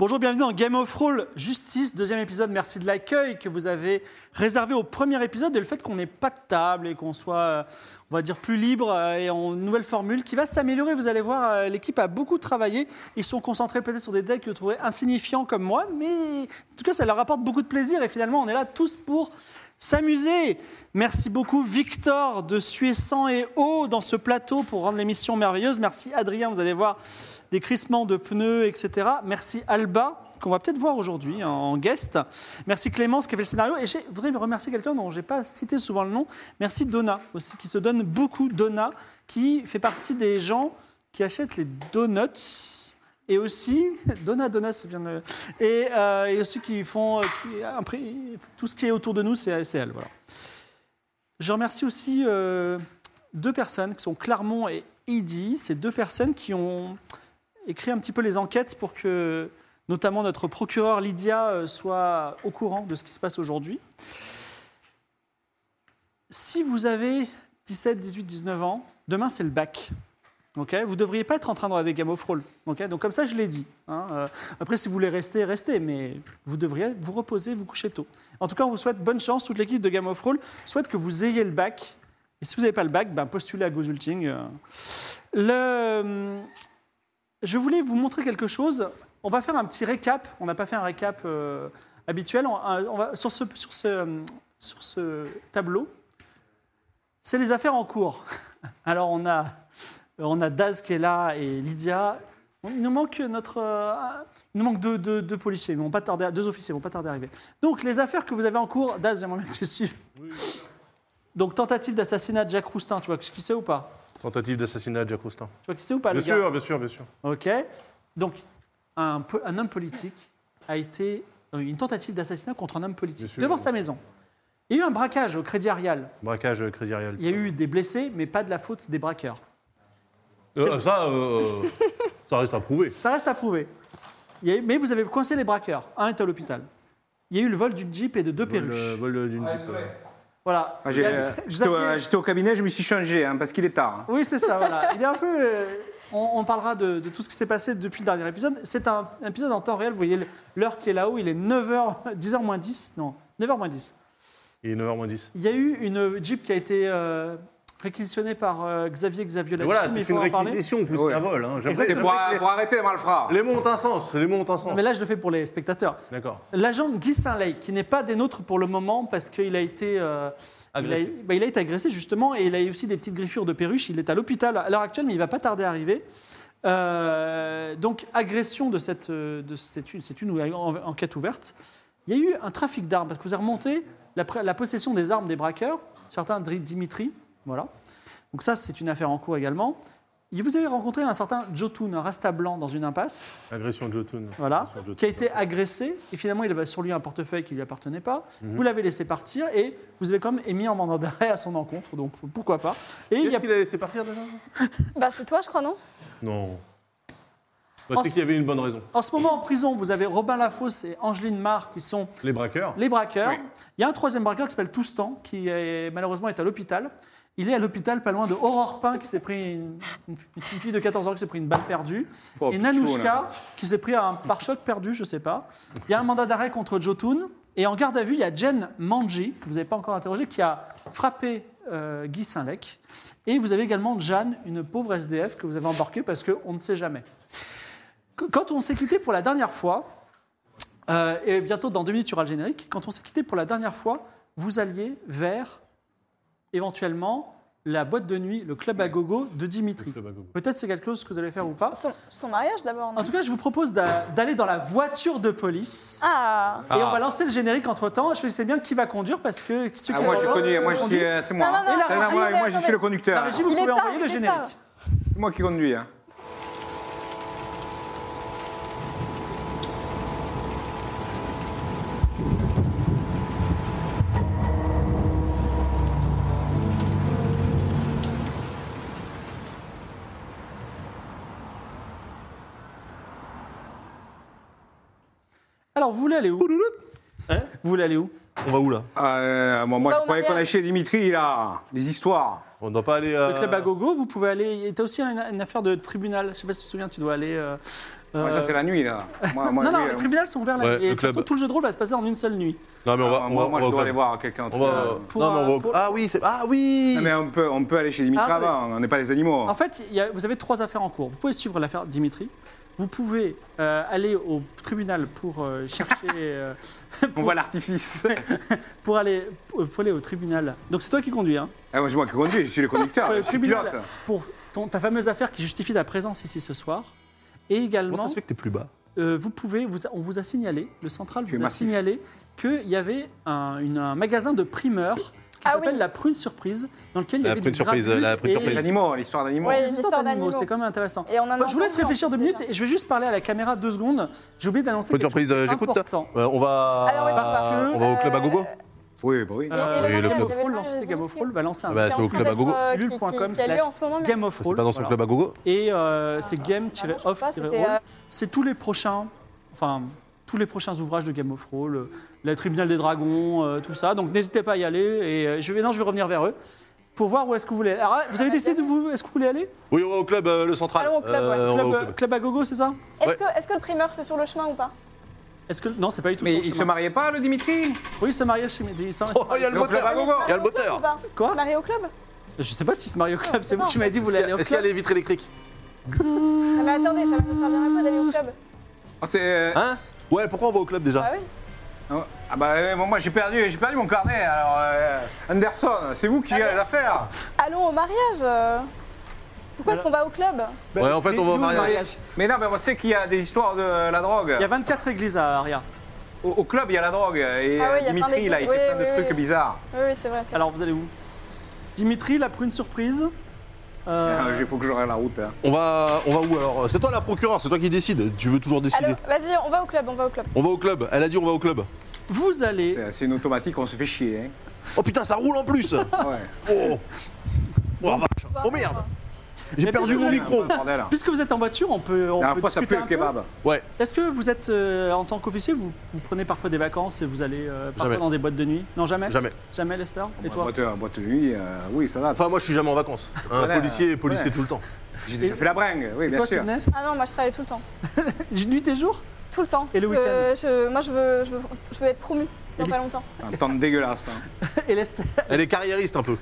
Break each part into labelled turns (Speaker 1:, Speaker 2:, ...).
Speaker 1: Bonjour, bienvenue dans Game of Roll Justice, deuxième épisode. Merci de l'accueil que vous avez réservé au premier épisode et le fait qu'on n'ait pas de table et qu'on soit, euh, on va dire, plus libre euh, et en nouvelle formule qui va s'améliorer. Vous allez voir, euh, l'équipe a beaucoup travaillé. Ils sont concentrés peut-être sur des decks que vous trouvez insignifiants comme moi, mais en tout cas, ça leur apporte beaucoup de plaisir et finalement, on est là tous pour s'amuser. Merci beaucoup Victor de Suessant et Haut dans ce plateau pour rendre l'émission merveilleuse. Merci Adrien, vous allez voir des crissements de pneus, etc. Merci Alba qu'on va peut-être voir aujourd'hui hein, en guest. Merci Clémence qui a fait le scénario. Et je voudrais remercier quelqu'un dont je n'ai pas cité souvent le nom. Merci Donna aussi, qui se donne beaucoup. Donna, qui fait partie des gens qui achètent les donuts et aussi Donna Donna c'est bien le- et, euh, et aussi qui font euh, qui- un prix- tout ce qui est autour de nous c'est c'est elle voilà je remercie aussi euh, deux personnes qui sont Clermont et Eddy ces deux personnes qui ont écrit un petit peu les enquêtes pour que notamment notre procureur Lydia euh, soit au courant de ce qui se passe aujourd'hui si vous avez 17 18 19 ans demain c'est le bac Ok, vous devriez pas être en train de regarder Game of Thrones. Ok, donc comme ça, je l'ai dit. hein. Euh, après, si vous voulez rester, restez, mais vous devriez vous reposer, vous coucher tôt. En tout cas, on vous souhaite bonne chance. Toute l'équipe de Game of Thrones souhaite que vous ayez le bac. Et si vous n'avez pas le bac, ben, postulez à Gozulting. euh. Le... euh, Je voulais vous montrer quelque chose. On va faire un petit récap. On n'a pas fait un récap euh, habituel. On, on va, sur, ce, sur, ce, euh, sur ce tableau, c'est les affaires en cours. Alors, on a euh, On a Daz qui est là et Lydia. On- Il nous manque notre, euh, il nous manque deux, deux- deux policiers, ils vont pas tarder, à- deux officiers, ils vont pas tarder à arriver. Donc les affaires que vous avez en cours, Daz, j'aimerais bien que tu suives. Donc tentative d'assassinat de Jacques Roustin, tu vois qui c'est ou pas
Speaker 2: Tentative d'assassinat de Jacques Roustin.
Speaker 1: Tu vois qui c'est ou pas
Speaker 2: Bien
Speaker 1: le gars
Speaker 2: sûr, bien sûr, bien sûr.
Speaker 1: Ok. Donc un, po- un homme politique a été euh, une tentative d'assassinat contre un homme politique
Speaker 2: Bien sûr.
Speaker 1: devant sa maison. Il y a eu un braquage au Crédit Arial.
Speaker 2: Braquage euh, Crédit Arial.
Speaker 1: Il y a eu des blessés, mais pas de la faute des braqueurs.
Speaker 2: Euh, ça, euh, ça reste à prouver.
Speaker 1: Ça reste à prouver. Il y a eu- mais vous avez coincé les braqueurs. Un est à l'hôpital. Il y a eu le vol d'une Jeep et de deux
Speaker 2: Vol, euh,
Speaker 1: perruches.
Speaker 2: vol, euh, d'une Jeep, euh.
Speaker 1: Voilà.
Speaker 3: Moi, Ah, j'ai- euh,
Speaker 1: Il a- vous
Speaker 3: J'étais au-
Speaker 1: aviez-
Speaker 3: j'étais au cabinet, je me suis changé hein, parce qu'il est tard.
Speaker 1: Oui, c'est ça, voilà. Il est un peu. euh, On, on parlera de, de tout ce qui s'est passé depuis le dernier épisode. C'est un, un épisode en temps réel. Vous voyez le- l'heure qui est là-haut. Il est 9h, 10h moins 10. Non, 9h moins 10.
Speaker 2: Il est 9h moins 10.
Speaker 1: Il y a eu une Jeep qui a été euh, réquisitionnée par euh, Xavier Xavier Lachin,
Speaker 2: Mais voilà,
Speaker 1: mais il
Speaker 2: c'est
Speaker 1: faut
Speaker 2: une
Speaker 1: en parler.
Speaker 2: réquisition plus
Speaker 3: Ouais.
Speaker 2: qu'un vol. Hein. J'aimerais-
Speaker 3: C'était pour,
Speaker 2: j'aimerais que
Speaker 3: pour arrêter, Malfra.
Speaker 2: les... les mots ont un sens. Les mots ont un sens.
Speaker 1: Non, mais là, je le fais pour les spectateurs.
Speaker 2: D'accord.
Speaker 1: L'agent Guy Saint-Lay, qui n'est pas des nôtres pour le moment parce qu'il a été euh, il a,
Speaker 2: Agressé.
Speaker 1: bah, il a été agressé justement et il a eu aussi des petites griffures de perruche. Il est à l'hôpital à l'heure actuelle, mais il va pas tarder à arriver. Euh, donc agression de cette euh, de cette une, c'est une ou- en- enquête ouverte. Il y a eu un trafic d'armes parce que vous avez remonté la, pr- la possession des armes des braqueurs, certains Dri- Dimitri, voilà. Donc ça c'est une affaire en cours également. Et Vous avez rencontré un certain Jotun, un rasta blanc dans une impasse.
Speaker 2: Agression de Jotun.
Speaker 1: Voilà,
Speaker 2: Agression de Jotun.
Speaker 1: qui a été agressé, et finalement il avait sur lui un portefeuille qui ne lui appartenait pas. Vous l'avez laissé partir, et vous avez quand même émis un mandat d'arrêt à son encontre, donc pourquoi pas. Et il
Speaker 2: Qu'est-ce
Speaker 1: y a...
Speaker 2: qu'il a laissé partir déjà
Speaker 4: Bah c'est toi je crois non
Speaker 2: Non.
Speaker 1: En-
Speaker 2: Parce qu'il y avait une bonne raison.
Speaker 1: En ce moment en prison, vous avez Robin Lafosse et Angeline Mar qui sont
Speaker 2: Les braqueurs.
Speaker 1: les braqueurs. Il y a un troisième braqueur qui s'appelle Toustan, qui est, malheureusement est à l'hôpital. Il est à l'hôpital pas loin de Aurore Pin, qui s'est pris une, une- une fille de 14 ans qui s'est pris une balle perdue.
Speaker 3: Oh,
Speaker 1: et
Speaker 3: Pichou, là.
Speaker 1: Nanouchka, qui s'est pris un pare-choc perdu, je sais pas. Il y a un mandat d'arrêt contre Jotun. Et en garde à vue, il y a Jen Manji, que vous n'avez pas encore interrogé, qui a frappé euh, Guy Saint-Lec. Et vous avez également Jeanne, une pauvre SDF que vous avez embarquée parce qu'on ne sait jamais. Qu- Quand on s'est quitté pour la dernière fois, euh, et bientôt dans deux minutes, tu auras le générique, quand on s'est quitté pour la dernière fois, vous alliez vers éventuellement la boîte de nuit, le club à gogo de Dimitri.
Speaker 2: Le bagogo.
Speaker 1: Peut-être c'est quelque chose que vous allez faire ou pas.
Speaker 4: Son, son mariage d'abord non
Speaker 1: En tout cas, je vous propose d'a- d'aller dans la voiture de police.
Speaker 4: Ah
Speaker 1: Et on va lancer le générique entre temps. Je sais bien qui va conduire parce que ceux qui
Speaker 3: Ah, moi, je
Speaker 1: vont
Speaker 3: connais, moi, je suis,
Speaker 1: conduire-
Speaker 3: euh, c'est moi.
Speaker 4: Non, non,
Speaker 3: hein.
Speaker 1: non,
Speaker 3: Ça
Speaker 1: non,
Speaker 3: n'a rien à voir
Speaker 4: non,
Speaker 3: avec moi, je
Speaker 4: non,
Speaker 3: suis le
Speaker 4: mais-
Speaker 1: La
Speaker 3: conducteur.
Speaker 1: régie,
Speaker 3: C'est
Speaker 1: vous
Speaker 4: Il est
Speaker 1: pouvez
Speaker 4: tard,
Speaker 1: envoyer le
Speaker 4: il est
Speaker 1: générique.
Speaker 4: tard.
Speaker 3: moi qui conduis. hein.
Speaker 1: Alors, vous voulez aller où Hein Vous voulez aller où
Speaker 2: On va où là
Speaker 3: Euh, moi, moi,
Speaker 4: Bah,
Speaker 3: je
Speaker 4: au
Speaker 3: croyais qu'on
Speaker 4: mariage.
Speaker 3: allait chez Dimitri, là. Les histoires.
Speaker 2: On ne doit pas aller.
Speaker 1: Le
Speaker 2: euh,
Speaker 1: club à gogo, vous pouvez aller. T'as aussi une, une affaire de tribunal. Je sais pas si tu te souviens, tu dois aller. euh,
Speaker 3: Moi,
Speaker 1: euh,
Speaker 3: ça, c'est la nuit, là. Moi, moi,
Speaker 1: non,
Speaker 3: oui,
Speaker 1: non,
Speaker 3: euh,
Speaker 1: les tribunaux sont ouverts la
Speaker 2: Ouais,
Speaker 1: nuit. Et
Speaker 2: le
Speaker 1: de toute façon,
Speaker 2: club.
Speaker 1: tout le jeu de rôle va se passer en une seule nuit.
Speaker 2: Non, mais on va.
Speaker 3: Ah, moi,
Speaker 2: on
Speaker 3: moi,
Speaker 2: va-
Speaker 3: je
Speaker 2: on
Speaker 3: dois
Speaker 2: va-
Speaker 3: aller voir quelqu'un.
Speaker 2: On va.
Speaker 3: Euh,
Speaker 1: pour,
Speaker 2: non, mais on va-
Speaker 1: euh, pour-
Speaker 2: Ah oui, c'est. Ah oui
Speaker 3: Non, mais on peut, on peut aller chez Dimitri
Speaker 1: Ah, oui.
Speaker 3: avant, hein. on n'est pas des animaux.
Speaker 1: En fait, il y a- vous avez trois affaires en cours. Vous pouvez suivre l'affaire Dimitri. Vous pouvez euh, aller au tribunal pour euh, chercher. euh,
Speaker 3: on voit l'artifice.
Speaker 1: pour, aller, pour aller au tribunal. Donc c'est toi qui conduis, hein
Speaker 3: Ah, moi, je moi qui conduis, je suis le conducteur,
Speaker 1: Pour
Speaker 3: je
Speaker 1: le
Speaker 3: suis
Speaker 1: tribunal.
Speaker 3: pilote.
Speaker 1: Pour ton- ta fameuse affaire qui justifie ta présence ici ce soir. Et
Speaker 2: Comment
Speaker 1: également,
Speaker 2: ça se fait que t'es plus bas
Speaker 1: euh, vous pouvez, vous a- on vous a signalé, le central
Speaker 3: Tu es
Speaker 1: vous a
Speaker 3: massif.
Speaker 1: signalé qu'il y avait un, une- un magasin de primeurs qui
Speaker 4: Ah
Speaker 1: s'appelle
Speaker 4: oui.
Speaker 1: la prune surprise, dans lequel il y
Speaker 2: La
Speaker 1: avait
Speaker 2: prune
Speaker 1: des
Speaker 2: surprise,
Speaker 1: grabuges
Speaker 2: la prune
Speaker 1: et-
Speaker 3: Les
Speaker 2: surprise.
Speaker 3: animaux, l'histoire d'animaux.
Speaker 4: Ouais.
Speaker 1: des
Speaker 4: Les
Speaker 1: histoires
Speaker 4: histoires
Speaker 1: d'animaux,
Speaker 4: d'animaux.
Speaker 1: c'est quand même intéressant.
Speaker 4: Et on en a
Speaker 1: Bon, Bah, je vous laisse
Speaker 4: entendu, en
Speaker 1: réfléchir deux
Speaker 4: plus,
Speaker 1: minutes
Speaker 4: déjà.
Speaker 1: et je vais juste parler à la caméra deux secondes. J'ai oublié d'annoncer
Speaker 2: Bonne
Speaker 1: quelque
Speaker 2: surprise,
Speaker 1: chose
Speaker 2: euh, j'écoute.
Speaker 1: d'important.
Speaker 2: Euh, on va.
Speaker 4: Ah, Alors, oui, c'est
Speaker 1: ça.
Speaker 2: on va au club à
Speaker 4: Euh,
Speaker 2: gogo
Speaker 3: Oui, bah oui.
Speaker 4: Et- et
Speaker 1: Euh,
Speaker 4: le
Speaker 2: Oui, le
Speaker 4: mariage,
Speaker 2: club.
Speaker 4: j'avais
Speaker 1: Gamofraul,
Speaker 4: pas
Speaker 1: l'entité
Speaker 4: les
Speaker 1: Gamofraul
Speaker 4: Olympiques.
Speaker 1: va lancer un
Speaker 2: Bah,
Speaker 4: Qui est
Speaker 2: c'est au
Speaker 4: en train
Speaker 2: club à
Speaker 4: d'être,
Speaker 2: gogo.
Speaker 4: euh, qui-
Speaker 1: Ulule.com
Speaker 4: qui a lieu
Speaker 1: slash
Speaker 4: en ce moment, mais-
Speaker 1: Game of
Speaker 2: C'est
Speaker 1: Roll.
Speaker 2: pas dans son
Speaker 1: Voilà.
Speaker 2: club à gogo
Speaker 1: Et euh, c'est
Speaker 4: Ah, non, je sais pas, c'était, euh,
Speaker 1: game-off-roll. C'est tous les prochains, enfin, tous les prochains ouvrages de Game of Roll, euh, la Tribunal des Dragons, euh, tout ça. Donc n'hésitez pas à y aller. Et euh, je vais, non, je vais revenir vers eux pour voir où est-ce que vous voulez aller. Alors, vous avez décidé où est-ce que vous voulez aller
Speaker 2: Oui, on va au club, euh, le central.
Speaker 4: Allons au club, ouais.
Speaker 2: on va
Speaker 1: club,
Speaker 2: au
Speaker 1: euh, club à gogo, c'est ça
Speaker 4: Est-ce
Speaker 2: Ouais.
Speaker 4: que, est-ce que le primeur, c'est sur le chemin ou pas
Speaker 1: Est-ce que non, c'est pas du tout.
Speaker 3: Mais
Speaker 1: sur le
Speaker 3: il se
Speaker 1: chemin.
Speaker 3: mariait pas, le Dimitri
Speaker 1: Oui, ce mariage chez Mehdi. ça-
Speaker 2: Oh, il y a le
Speaker 3: Donc,
Speaker 2: moteur
Speaker 3: là-bas, gogo.
Speaker 2: Il y a le moteur
Speaker 1: Quoi
Speaker 4: Marié au club Ah,
Speaker 1: Je sais pas si c'est Mario Club. C'est vous
Speaker 4: Non.
Speaker 1: qui m'avez dit vous voulez aller au
Speaker 2: Est-ce qu'il y a
Speaker 1: club.
Speaker 2: les vitres électriques
Speaker 4: Ah, Mais attendez, ça va nous servir à quoi d'aller au club
Speaker 3: Oh, c'est, euh,
Speaker 2: Hein Ouais, pourquoi on va au club
Speaker 4: Bah
Speaker 2: déjà
Speaker 4: oui.
Speaker 3: oh, Ah bah euh, moi j'ai perdu, j'ai perdu mon carnet. Alors euh, Anderson, c'est
Speaker 4: Ah,
Speaker 3: vous qui avez l'affaire.
Speaker 4: Allons au mariage euh. Pourquoi est-ce
Speaker 1: Voilà.
Speaker 4: qu'on va au club
Speaker 2: Ouais, en fait, on va au
Speaker 1: Nous, le
Speaker 2: mariage.
Speaker 3: Mais non, mais on sait qu'il y a des histoires de la drogue.
Speaker 1: Il y a 24 églises à Aria.
Speaker 3: Au, au club, il y a la drogue. Et
Speaker 4: Ah
Speaker 3: euh,
Speaker 4: oui, il y a plein
Speaker 3: Dimitri, là, il fait
Speaker 4: d'églises.
Speaker 3: plein de
Speaker 4: Oui, oui,
Speaker 3: trucs
Speaker 4: oui.
Speaker 3: bizarres.
Speaker 4: Oui, oui, c'est vrai. c'est
Speaker 1: Alors vous allez où Dimitri, la prune surprise. Euh,
Speaker 3: Ah, Il faut que j'aurai la route. hein.
Speaker 2: On va, on va où alors Euh, C'est toi la procureure, c'est toi qui décide. Tu veux toujours
Speaker 4: vrai.
Speaker 1: Ah,
Speaker 2: décider.
Speaker 4: Allô, vas-y, on va au club, on va au club.
Speaker 2: On va au club. Elle a dit on va au club.
Speaker 1: Vous allez
Speaker 3: C'est- C'est une automatique, on se fait chier.
Speaker 2: Oh putain, ça roule en plus.
Speaker 3: hein. Ouais.
Speaker 2: Oh. Oh, vache. oh merde. J'ai
Speaker 1: Mais
Speaker 2: perdu
Speaker 1: désolé.
Speaker 2: mon micro.
Speaker 3: Bordel.
Speaker 1: Puisque vous êtes en voiture, on peut. On
Speaker 3: La
Speaker 1: peut
Speaker 3: dernière fois, ça
Speaker 1: discuter
Speaker 3: pue le
Speaker 1: un peu.
Speaker 3: kebab.
Speaker 2: Ouais.
Speaker 1: Est-ce que vous êtes, euh, en tant qu'officier, vous, vous prenez parfois des vacances et vous allez euh, parfois
Speaker 2: Jamais.
Speaker 1: dans des boîtes de nuit Non, jamais
Speaker 2: Jamais.
Speaker 1: Jamais, Lester Et
Speaker 3: Moi,
Speaker 1: toi
Speaker 3: boîte, euh, boîte de nuit, euh, oui, ça date.
Speaker 2: Enfin, moi, je suis jamais en vacances. Un
Speaker 3: Voilà.
Speaker 2: policier, policier
Speaker 3: Ouais.
Speaker 2: tout le temps.
Speaker 3: J'ai déjà fait la bringue, oui,
Speaker 1: Et
Speaker 3: bien
Speaker 1: toi,
Speaker 3: sûr.
Speaker 1: Sidney
Speaker 4: Ah non, moi je travaille tout le temps.
Speaker 1: Nuit et jour
Speaker 4: Tout le temps.
Speaker 1: Et le
Speaker 4: Je-
Speaker 1: week-end.
Speaker 4: je- Moi je veux, je, veux, je veux être promu dans
Speaker 1: Et
Speaker 4: pas
Speaker 1: l'hist-
Speaker 4: longtemps.
Speaker 3: Un temps dégueulasse. hein.
Speaker 1: Et Lester,
Speaker 2: Elle est carriériste un peu.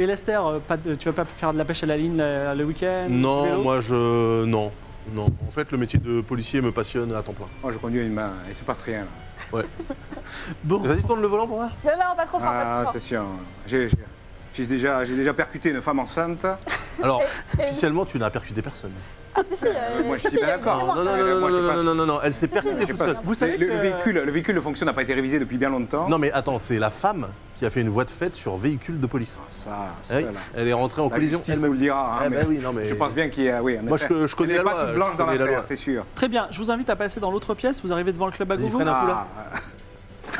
Speaker 1: et Lester euh, pas de- tu vas pas faire de la pêche à la ligne euh, le week-end du vélo
Speaker 2: Non, moi, je. Non. Non. En fait, le métier de policier me passionne à temps plein.
Speaker 3: Moi, je conduis une main, il se passe rien. là.
Speaker 1: Bon,
Speaker 2: Vas-y, tourne le volant pour ça.
Speaker 4: Non, non, pas trop fort,
Speaker 3: Ah,
Speaker 4: pas trop fort.
Speaker 3: attention, j'ai j'ai- j'ai déjà, j'ai déjà percuté une femme enceinte.
Speaker 2: Alors,
Speaker 4: Et-
Speaker 2: officiellement, tu n'as percuté personne.
Speaker 4: Ah si, si, euh,
Speaker 3: moi, je
Speaker 4: si,
Speaker 3: suis pas
Speaker 4: si, il y avait
Speaker 3: d'accord. hein.
Speaker 2: Non, non,
Speaker 4: des témoins.
Speaker 2: non,
Speaker 3: mais
Speaker 2: non,
Speaker 3: moi, je
Speaker 2: non,
Speaker 3: passe-
Speaker 2: non, non, non, non, elle s'est
Speaker 3: Je
Speaker 2: percutée
Speaker 3: sais
Speaker 2: toute
Speaker 3: pas.
Speaker 2: seule.
Speaker 1: Vous savez
Speaker 3: le,
Speaker 1: que-
Speaker 3: le véhicule, le véhicule, le fonction n'a pas été révisé depuis bien longtemps.
Speaker 2: Non, mais attends, c'est la femme qui a fait une voie de fête sur véhicule de police.
Speaker 3: Ça,
Speaker 2: Ah
Speaker 3: ça,
Speaker 2: oui,
Speaker 3: là.
Speaker 2: Elle est rentrée en
Speaker 3: La
Speaker 2: collision.
Speaker 3: justice
Speaker 2: Elle
Speaker 3: nous le dira. hein,
Speaker 2: Eh ben
Speaker 3: mais
Speaker 2: oui, non, mais-
Speaker 3: Je pense bien qu'il y a, oui, en
Speaker 2: Moi, je-
Speaker 3: effet.
Speaker 2: je connais
Speaker 3: Elle
Speaker 2: la
Speaker 3: n'est
Speaker 2: loi,
Speaker 3: pas toute
Speaker 2: je
Speaker 3: blanche dans
Speaker 2: connais la loi.
Speaker 3: l'affaire, c'est sûr.
Speaker 1: très bien, je vous invite à passer dans l'autre pièce. Vous arrivez devant le club à
Speaker 2: Vas-y,
Speaker 1: gogo.
Speaker 2: freine un peu là.
Speaker 3: Ah,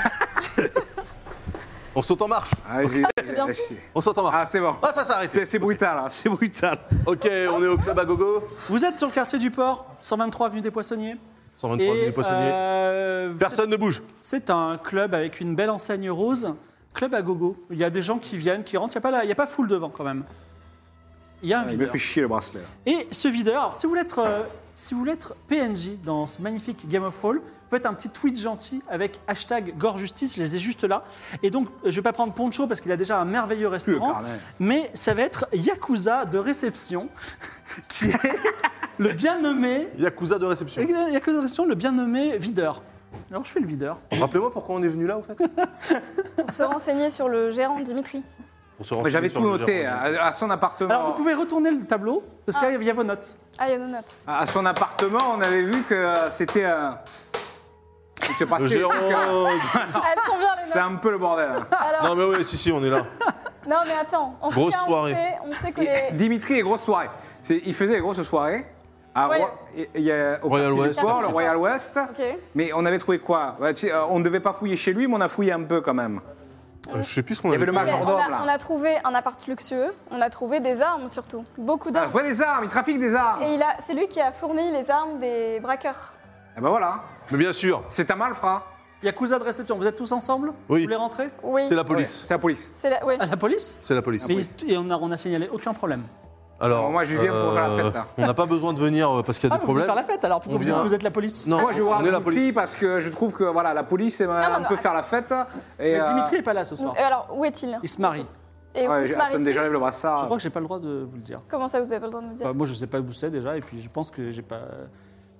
Speaker 2: On saute en marche.
Speaker 3: ah, j'ai-
Speaker 4: c'est bien.
Speaker 3: j'ai-
Speaker 2: On saute en marche.
Speaker 3: Ah, c'est bon.
Speaker 2: Ah, ça s'arrête.
Speaker 3: C'est c'est brutal, hein, c'est brutal.
Speaker 2: Ok, on est au club à gogo.
Speaker 1: Vous êtes sur le quartier du port, 123 avenue des Poissonniers.
Speaker 2: 123
Speaker 1: et
Speaker 2: avenue Poissonnier.
Speaker 1: euh,
Speaker 2: Personne ne bouge.
Speaker 1: C'est un club avec une belle enseigne rose, club à gogo. Il y a des gens qui viennent, qui rentrent, il n'y a, pas la- il y a pas foule devant quand même. Il y a un
Speaker 3: Ah, Il me
Speaker 1: videur.
Speaker 3: fait chier le bracelet.
Speaker 2: Ah
Speaker 1: Et ce videur, alors, si vous voulez être, euh, si vous voulez être PNJ dans ce magnifique Game of Roll, faites un petit tweet gentil avec hashtag GoreJustice, je les ai juste là. Et donc, euh, je ne vais pas prendre Poncho parce qu'il a déjà un merveilleux
Speaker 3: Plus le
Speaker 1: restaurant,
Speaker 3: carnet.
Speaker 1: mais ça va être Yakuza de réception, qui est le bien nommé...
Speaker 2: Yakuza de réception.
Speaker 1: Yakuza de réception, le bien nommé videur. Alors, je fais le videur.
Speaker 2: Rappelez-moi pourquoi on est venu là, au fait
Speaker 4: Pour se renseigner sur le gérant Dimitri.
Speaker 2: Pour se
Speaker 3: Mais
Speaker 2: renseigner
Speaker 3: J'avais
Speaker 2: sur
Speaker 3: tout
Speaker 2: le
Speaker 3: noté
Speaker 2: gérant.
Speaker 3: hein, à à son appartement.
Speaker 1: Alors vous pouvez retourner le tableau parce qu'il y a- il y a vos notes.
Speaker 4: Oh. Ah, il y a nos notes.
Speaker 3: À son appartement, on avait vu que euh, c'était un. Il se passait.
Speaker 2: Le
Speaker 3: des trucs, hein.
Speaker 2: gérant.
Speaker 4: Ah, elles sont bien les
Speaker 3: C'est
Speaker 4: notes.
Speaker 3: un peu le bordel. hein.
Speaker 2: Non,
Speaker 4: Alors,
Speaker 2: mais oui, si, si, on est là.
Speaker 4: non mais attends, en
Speaker 2: Grosse
Speaker 4: tout cas,
Speaker 2: soirée.
Speaker 4: on sait, on sait que
Speaker 3: Et
Speaker 4: les...
Speaker 3: Dimitri et grosse soirée. C'est- Il faisait les grosses soirées. À
Speaker 4: Ouais.
Speaker 3: Roi- et- il y a, au
Speaker 2: Royal
Speaker 3: Parti du
Speaker 2: West.
Speaker 3: Port, le Royal West.
Speaker 4: Ah, Ok.
Speaker 3: Mais on avait trouvé quoi Ouais, tu sais, euh, On ne devait pas fouiller chez lui, mais on a fouillé un peu quand même.
Speaker 2: Euh, je sais plus ce qu'on
Speaker 3: Il y avait le
Speaker 4: Mais
Speaker 3: majordome.
Speaker 4: on, a,
Speaker 3: Ah, là.
Speaker 4: on a trouvé un appart luxueux, on a trouvé des armes surtout, beaucoup
Speaker 3: Ah,
Speaker 4: d'armes.
Speaker 3: ouais, les armes, il trafique des armes.
Speaker 4: Et il a, c'est lui qui a fourni les armes des braqueurs.
Speaker 3: Eh ben voilà,
Speaker 2: Mais bien sûr,
Speaker 3: c'est un malfrat.
Speaker 1: Yakuza de réception, vous êtes tous ensemble
Speaker 2: Oui.
Speaker 1: Vous voulez rentrer
Speaker 4: Oui.
Speaker 2: c'est la Ah,
Speaker 3: Ouais,
Speaker 2: police.
Speaker 3: c'est la police.
Speaker 4: C'est la... ouais. Euh,
Speaker 1: À la police
Speaker 2: C'est la police.
Speaker 1: Mais ils- Et on n'a on a signalé aucun problème.
Speaker 2: Alors, euh,
Speaker 3: Alors, Ah moi, je viens pour faire la fête, là.
Speaker 2: On n'a pas besoin de venir euh, parce qu'il y a
Speaker 1: Ah,
Speaker 2: des
Speaker 1: mais vous voulez
Speaker 2: problèmes.
Speaker 1: faire la fête alors
Speaker 2: On
Speaker 1: Pourquoi vous dites
Speaker 2: vient.
Speaker 1: que vous êtes la police
Speaker 2: Non,
Speaker 3: Moi, Ah, je vais voir
Speaker 2: on est la police.
Speaker 3: Dimitri parce que je trouve que voilà, la police, elle
Speaker 4: Ah, non, non,
Speaker 3: peut faire la fête. Et,
Speaker 1: Mais
Speaker 3: euh,
Speaker 1: Dimitri n'est pas là ce soir.
Speaker 4: Nous- euh, Alors, où est-il
Speaker 1: Il se marie.
Speaker 4: Et où
Speaker 3: ouais,
Speaker 4: se
Speaker 3: j'ai- attends,
Speaker 4: marie-t-il
Speaker 3: déjà, Ah, j'enlève le
Speaker 2: ah.
Speaker 3: brassard.
Speaker 1: Je crois que j'ai pas le droit de vous le dire.
Speaker 4: Comment ça, vous avez pas le droit de me dire
Speaker 1: Bah, moi, je sais pas où c'est déjà, et puis je pense que j'ai pas.